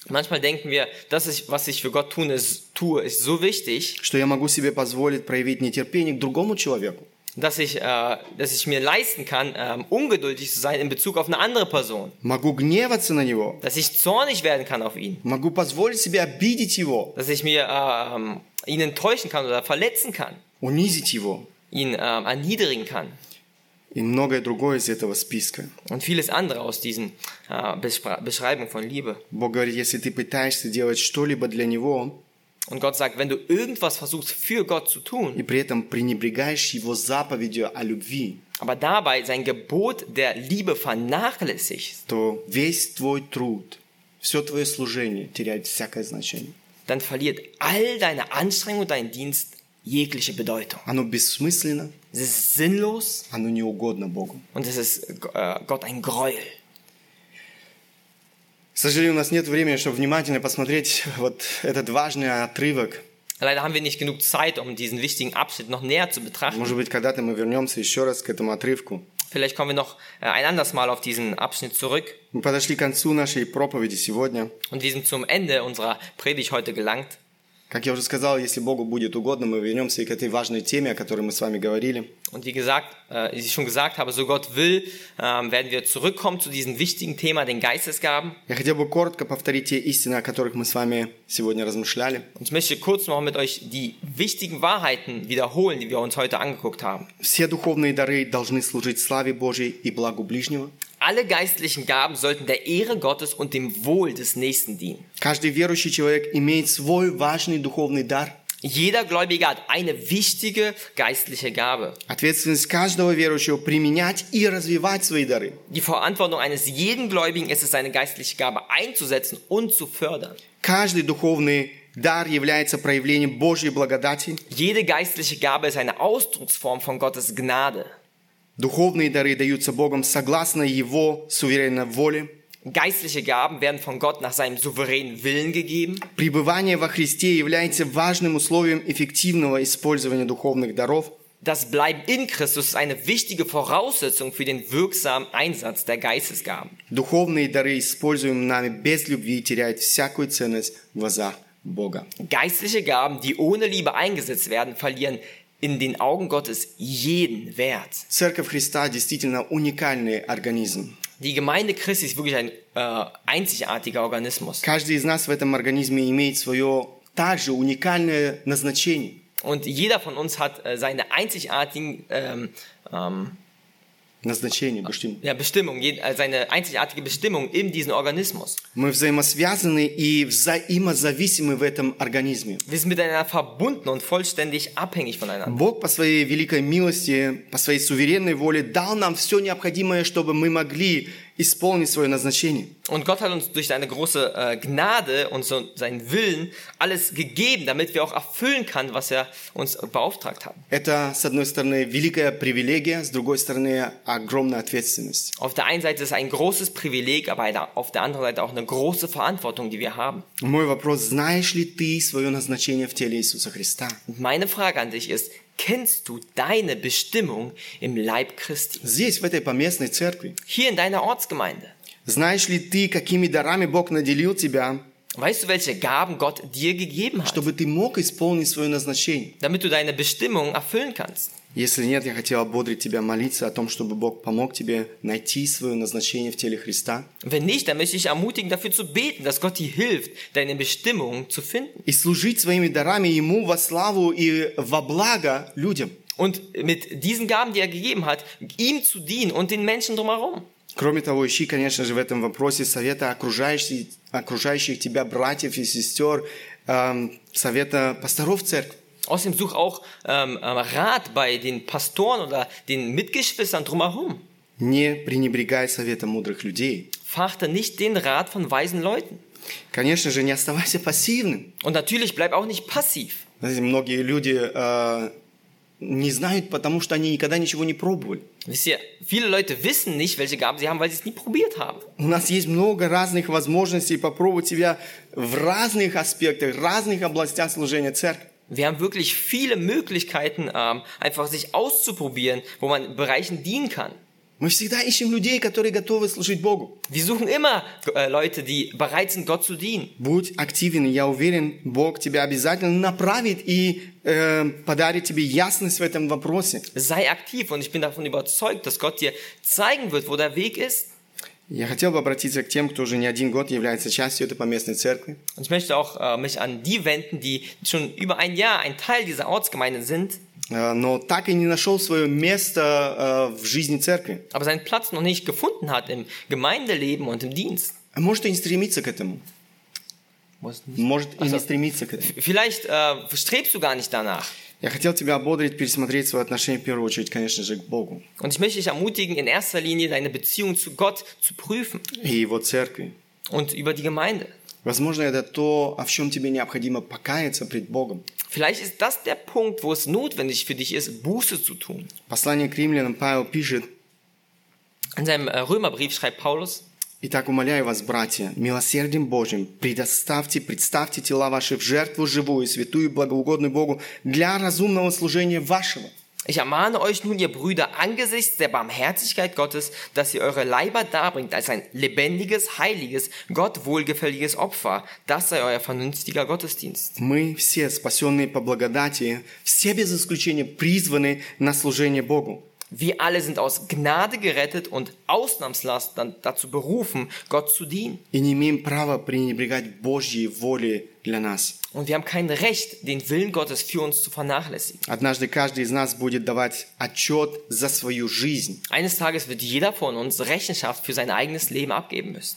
Speaker 2: Manchmal denken wir, das ist, was ich für Gott tun, ist, tue, ist so wichtig,
Speaker 1: что я могу себе позволить проявить нетерпение к другому человеku.
Speaker 2: dass ich, äh, dass ich mir leisten kann, ähm, ungeduldig zu sein in Bezug auf eine andere Person.
Speaker 1: Могу гневаться на него.
Speaker 2: Dass ich zornig werden kann auf ihn.
Speaker 1: Могу позволить себе обидеть его,
Speaker 2: Dass ich mir ähm, ihn enttäuschen kann oder verletzen kann.
Speaker 1: унизить его
Speaker 2: Ihn ähm, erniedrigen kann.
Speaker 1: и многое другое из этого списка.
Speaker 2: Und vieles andere aus diesen äh, Bespra- Beschreibungen von Liebe.
Speaker 1: Бог говорит, если ты пытаешься делать что-либо для него
Speaker 2: Und Gott sagt, wenn du irgendwas versuchst für Gott zu
Speaker 1: и
Speaker 2: tun,
Speaker 1: при этом пренебрегаешь его заповедью о любви,
Speaker 2: aber dabei sein Gebot der Liebe vernachlässigst,
Speaker 1: то весь твой труд, все твое служение теряет всякое значение.
Speaker 2: dann verliert all deine Anstrengung und dein Dienst jegliche Bedeutung.
Speaker 1: Оно бессмысленно,
Speaker 2: Es ist sinnlos
Speaker 1: оно не угодно Богу.
Speaker 2: und es ist äh, Gott ein Gräuel.
Speaker 1: К сожалению, у нас нет времени, чтобы внимательно посмотреть вот этот важный отрывок.
Speaker 2: Leider haben wir nicht genug Zeit, um diesen wichtigen Abschnitt noch näher zu betrachten.
Speaker 1: Может быть, когда-то мы вернемся еще раз к этому отрывку.
Speaker 2: Vielleicht kommen wir noch äh, ein anderes Mal auf diesen Abschnitt zurück
Speaker 1: Мы подошли к концу нашей проповеди сегодня.
Speaker 2: und wir sind zum Ende unserer Predigt heute gelangt.
Speaker 1: Как я уже сказал, если Богу будет угодно, мы вернемся и к этой важной теме, о которой мы с вами говорили.
Speaker 2: Und wie gesagt, äh, wie ich schon gesagt habe, so Gott will, ähm, werden wir zurückkommen zu diesem wichtigen Thema, den Geistesgaben.
Speaker 1: Я хотел бы коротко повторить те истины, о которых мы с вами сегодня размышляли.
Speaker 2: Und ich möchte kurz noch mit euch die wichtigen Wahrheiten wiederholen, die wir uns heute angeguckt haben.
Speaker 1: Все духовные дары должны служить славе Божьей и благу ближнего.
Speaker 2: Alle geistlichen Gaben sollten der Ehre Gottes und dem Wohl des Nächsten dienen.
Speaker 1: Каждый верующий человек имеет свой важный духовный дар.
Speaker 2: Jeder Gläubige hat eine wichtige geistliche Gabe.
Speaker 1: Ответственность каждого верующего применять и развивать свои дары.
Speaker 2: Die Verantwortung eines jeden Gläubigen ist es, seine geistliche Gabe einzusetzen und zu fördern.
Speaker 1: Каждый духовный дар является проявлением Божьей благодати.
Speaker 2: Jede geistliche Gabe ist eine Ausdrucksform von Gottes Gnade.
Speaker 1: Духовные дары даются Богом согласно Его суверенной воле.
Speaker 2: Geistliche Gaben werden von Gott nach seinem souveränen Willen gegeben.
Speaker 1: Пребывание во Христе является важным условием эффективного использования духовных даров.
Speaker 2: Das Bleiben in Christus ist eine wichtige Voraussetzung für den wirksamen Einsatz der Geistesgaben.
Speaker 1: Духовные дары, используемые нами без любви, теряют всякую ценность в глазах Бога.
Speaker 2: Geistliche Gaben, die ohne Liebe eingesetzt werden, verlieren in den Augen Gottes jeden Wert.
Speaker 1: Церковь Христа действительно уникальный организм.
Speaker 2: Die Gemeinde Christi ist wirklich ein äh, einzigartiger Organismus.
Speaker 1: Каждый из нас в этом организме имеет свое также уникальное назначение.
Speaker 2: Und jeder von uns hat äh, seine einzigartigen ähm, ähm,
Speaker 1: назначение, bestimmt.
Speaker 2: Ja, Bestimmung, jed- äh, seine einzigartige Bestimmung in diesem Organismus.
Speaker 1: Мы взаимосвязаны и взаимозависимы в этом организме.
Speaker 2: Wir sind miteinander verbunden und vollständig abhängig voneinander.
Speaker 1: Бог по своей великой милости, по своей суверенной воле дал нам все необходимое, чтобы мы могли исполнить свое назначение.
Speaker 2: Und Gott hat uns durch seine große äh, Gnade und so seinen Willen alles gegeben, damit wir auch erfüllen kann, was er uns beauftragt hat.
Speaker 1: Это, с одной стороны, великая привилегия, с другой стороны, огромная ответственность.
Speaker 2: Auf der einen Seite ist es ein großes Privileg, aber eine- auf der anderen Seite auch eine große Verantwortung, die wir haben.
Speaker 1: Мой вопрос, знаешь ли ты свое назначение в теле Иисуса Христа?
Speaker 2: Und meine Frage an dich ist, kennst du deine Bestimmung im Leib Christi?
Speaker 1: Здесь, в этой поместной церкви.
Speaker 2: Hier in deiner Ortsgemeinde.
Speaker 1: Знаешь ли ты, какими дарами Бог наделил тебя,
Speaker 2: Weißt du, welche Gaben Gott dir gegeben hat,
Speaker 1: чтобы ты мог исполнить свое назначение?
Speaker 2: damit du deine Bestimmung erfüllen kannst?
Speaker 1: Если нет, я хотел ободрить тебя, молиться о том, чтобы Бог помог тебе найти свое назначение в теле Христа
Speaker 2: Wenn nicht, dann möchte ich dich ermutigen, dafür zu beten, dass Gott dir hilft, deine Bestimmung zu finden.
Speaker 1: и служить своими дарами Ему во славу и во благо людям.
Speaker 2: Und mit diesen Gaben, die er gegeben hat, ihm zu dienen und den Menschen drumherum.
Speaker 1: Кроме того, ищи, конечно же, в этом вопросе совета окружающих, окружающих тебя братьев и сестер, эм, совета пасторов церкви.
Speaker 2: Außerdem such auch ähm, ähm, Rat bei den Pastoren oder den Mitgeschwistern drumherum.
Speaker 1: Не пренебрегай совета мудрых людей.
Speaker 2: Verachte nicht den Rat von weisen Leuten.
Speaker 1: Конечно же, не оставайся пассивным.
Speaker 2: Und natürlich bleib auch nicht passiv.
Speaker 1: Знаете, многие люди э, не знают, потому что они никогда ничего не пробовали.
Speaker 2: Wisst ihr, viele Leute wissen nicht, welche Gaben sie haben, weil sie es nie probiert haben.
Speaker 1: У нас есть много разных возможностей попробовать себя в разных аспектах, разных областях служения церкви.
Speaker 2: Wir haben wirklich viele Möglichkeiten, ähm, einfach sich auszuprobieren, wo man in Bereichen dienen kann.
Speaker 1: Мы всегда ищем людей, которые готовы служить Богу.
Speaker 2: Wir suchen immer äh, Leute, die bereit sind, Gott zu dienen.
Speaker 1: Будь активен, и я уверен, Бог тебя обязательно направит и э, подарит тебе ясность в этом вопросе.
Speaker 2: Sei aktiv und ich bin davon überzeugt, dass Gott dir zeigen wird, wo der Weg ist.
Speaker 1: Я хотел бы обратиться к тем, кто уже не один год является частью этой поместной церкви.
Speaker 2: Und ich möchte auch äh, mich an die wenden, die schon über ein Jahr ein Teil dieser Ortsgemeinde sind,
Speaker 1: Э, но так и не нашел свое место э, в жизни церкви.
Speaker 2: aber seinen Platz noch nicht gefunden hat im Gemeindeleben und im Dienst.
Speaker 1: А Может и не стремиться к этому. Может и
Speaker 2: Also-
Speaker 1: не стремиться к этому.
Speaker 2: Vielleicht äh, strebst du gar nicht danach.
Speaker 1: Я хотел тебя ободрить, пересмотреть свое отношение в первую очередь, конечно же, к Богу
Speaker 2: Und ich möchte dich ermutigen, in erster Linie deine Beziehung zu Gott zu prüfen
Speaker 1: и Его церкви.
Speaker 2: und über die Gemeinde.
Speaker 1: Возможно, это то, а в чем тебе необходимо покаяться пред Богом.
Speaker 2: Vielleicht ist das der Punkt, wo es notwendig für dich ist, Buße zu tun.
Speaker 1: Послание к римлянам Павел пишет,
Speaker 2: In seinem äh, Römerbrief schreibt Paulus,
Speaker 1: Итак, умоляю вас, братья, милосердием Божьим, предоставьте, представьте тела ваши в жертву живую, святую, благоугодную Богу для разумного служения вашего.
Speaker 2: ich ermahne euch nun, ihr Brüder, angesichts der Barmherzigkeit Gottes, dass ihr eure Leiber darbringt als ein lebendiges, heiliges, Gott wohlgefälliges Opfer. Das sei euer vernünftiger Gottesdienst.
Speaker 1: Мы все, спасенные по благодати, все без исключения призваны на служение Богу.
Speaker 2: Wir alle sind aus Gnade gerettet und ausnahmslos dann dazu berufen, Gott zu dienen.
Speaker 1: И не имеем права пренебрегать Божьей воле для нас.
Speaker 2: Und wir haben kein Recht, den Willen Gottes für uns zu vernachlässigen.
Speaker 1: Однажды каждый из нас будет давать отчет за свою жизнь.
Speaker 2: Eines Tages wird jeder von uns Rechenschaft für sein eigenes Leben abgeben müssen.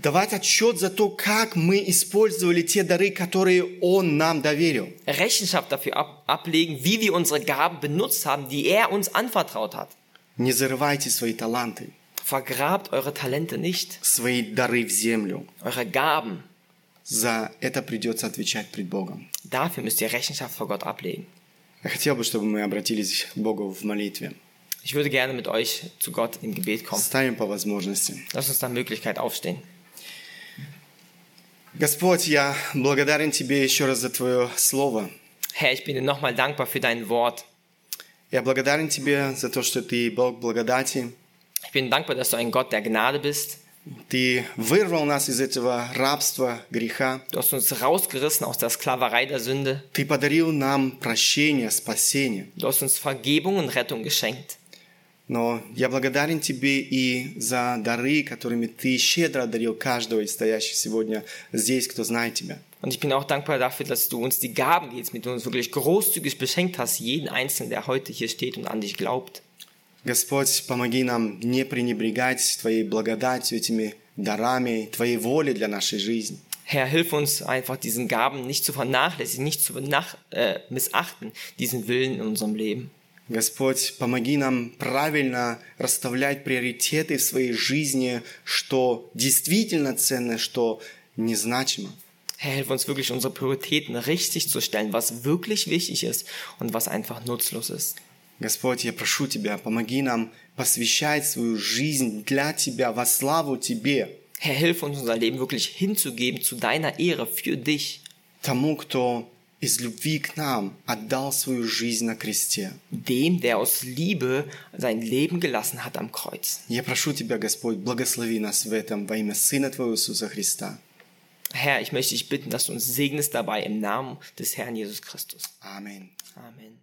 Speaker 1: Давать отчет за то, как мы использовали те дары, которые Он нам доверил.
Speaker 2: Rechenschaft dafür ab ablegen, wie wir unsere Gaben benutzt haben, die er uns anvertraut hat.
Speaker 1: Не зарывайте свои таланты.
Speaker 2: Vergrabt eure Talente nicht,
Speaker 1: свои дары в землю.
Speaker 2: eure Gaben.
Speaker 1: За это придется отвечать пред Богом.
Speaker 2: Dafür müsst ihr Rechenschaft vor Gott ablegen.
Speaker 1: Я хотел бы, чтобы мы обратились к Богу в молитве.
Speaker 2: Ich würde gerne mit euch zu Gott in Gebet kommen.
Speaker 1: Ставим по возможности.
Speaker 2: Lasst uns nach Möglichkeit aufstehen.
Speaker 1: Господь, я благодарен Тебе еще раз за Твое Слово.
Speaker 2: Herr, ich bin dir nochmal dankbar für dein Wort.
Speaker 1: Я благодарен Тебе за то, что Ты Бог благодати.
Speaker 2: Ich bin dankbar, dass du ein Gott der Gnade bist.
Speaker 1: Ты вырвал нас из этого рабства, греха.
Speaker 2: Du hast uns rausgerissen aus der Sklaverei der Sünde.
Speaker 1: Ты подарил нам прощение, спасение.
Speaker 2: Du hast uns Vergebung und Rettung geschenkt.
Speaker 1: Но я благодарен Тебе и за дары, которыми Ты щедро одарил каждого из стоящих сегодня здесь, кто знает Тебя.
Speaker 2: Und ich bin auch dankbar dafür, dass du uns die Gaben gibst, mit denen du uns wirklich großzügig beschenkt hast, jeden Einzelnen, der heute hier steht und an dich glaubt.
Speaker 1: Господь, помоги нам не пренебрегать Твоей благодатью, этими дарами, Твоей волей для нашей жизни.
Speaker 2: Herr, hilf uns einfach, diesen Gaben nicht zu vernachlässigen, nicht zu benach, äh, missachten, diesen Willen in unserem Leben.
Speaker 1: Господь, помоги нам правильно расставлять приоритеты в своей жизни, что действительно ценно, что незначимо.
Speaker 2: Herr, hilf uns wirklich, unsere Prioritäten richtig zu stellen, was wirklich wichtig ist und was einfach nutzlos ist.
Speaker 1: Господь, я прошу Тебя, помоги нам посвящать свою жизнь для Тебя, во славу Тебе,
Speaker 2: Herr, hilf uns, unser Leben wirklich hinzugeben zu deiner Ehre, für dich,
Speaker 1: тому, кто из любви к нам отдал свою жизнь на кресте.
Speaker 2: dem, der aus Liebe sein Leben gelassen hat am Kreuz.
Speaker 1: Я прошу Тебя, Господь, благослови нас в этом во имя Сына Твоего Иисуса Христа.
Speaker 2: Herr, ich möchte dich bitten, dass du uns segnest dabei im Namen des Herrn Jesus Christus.
Speaker 1: Аминь.
Speaker 2: Amen.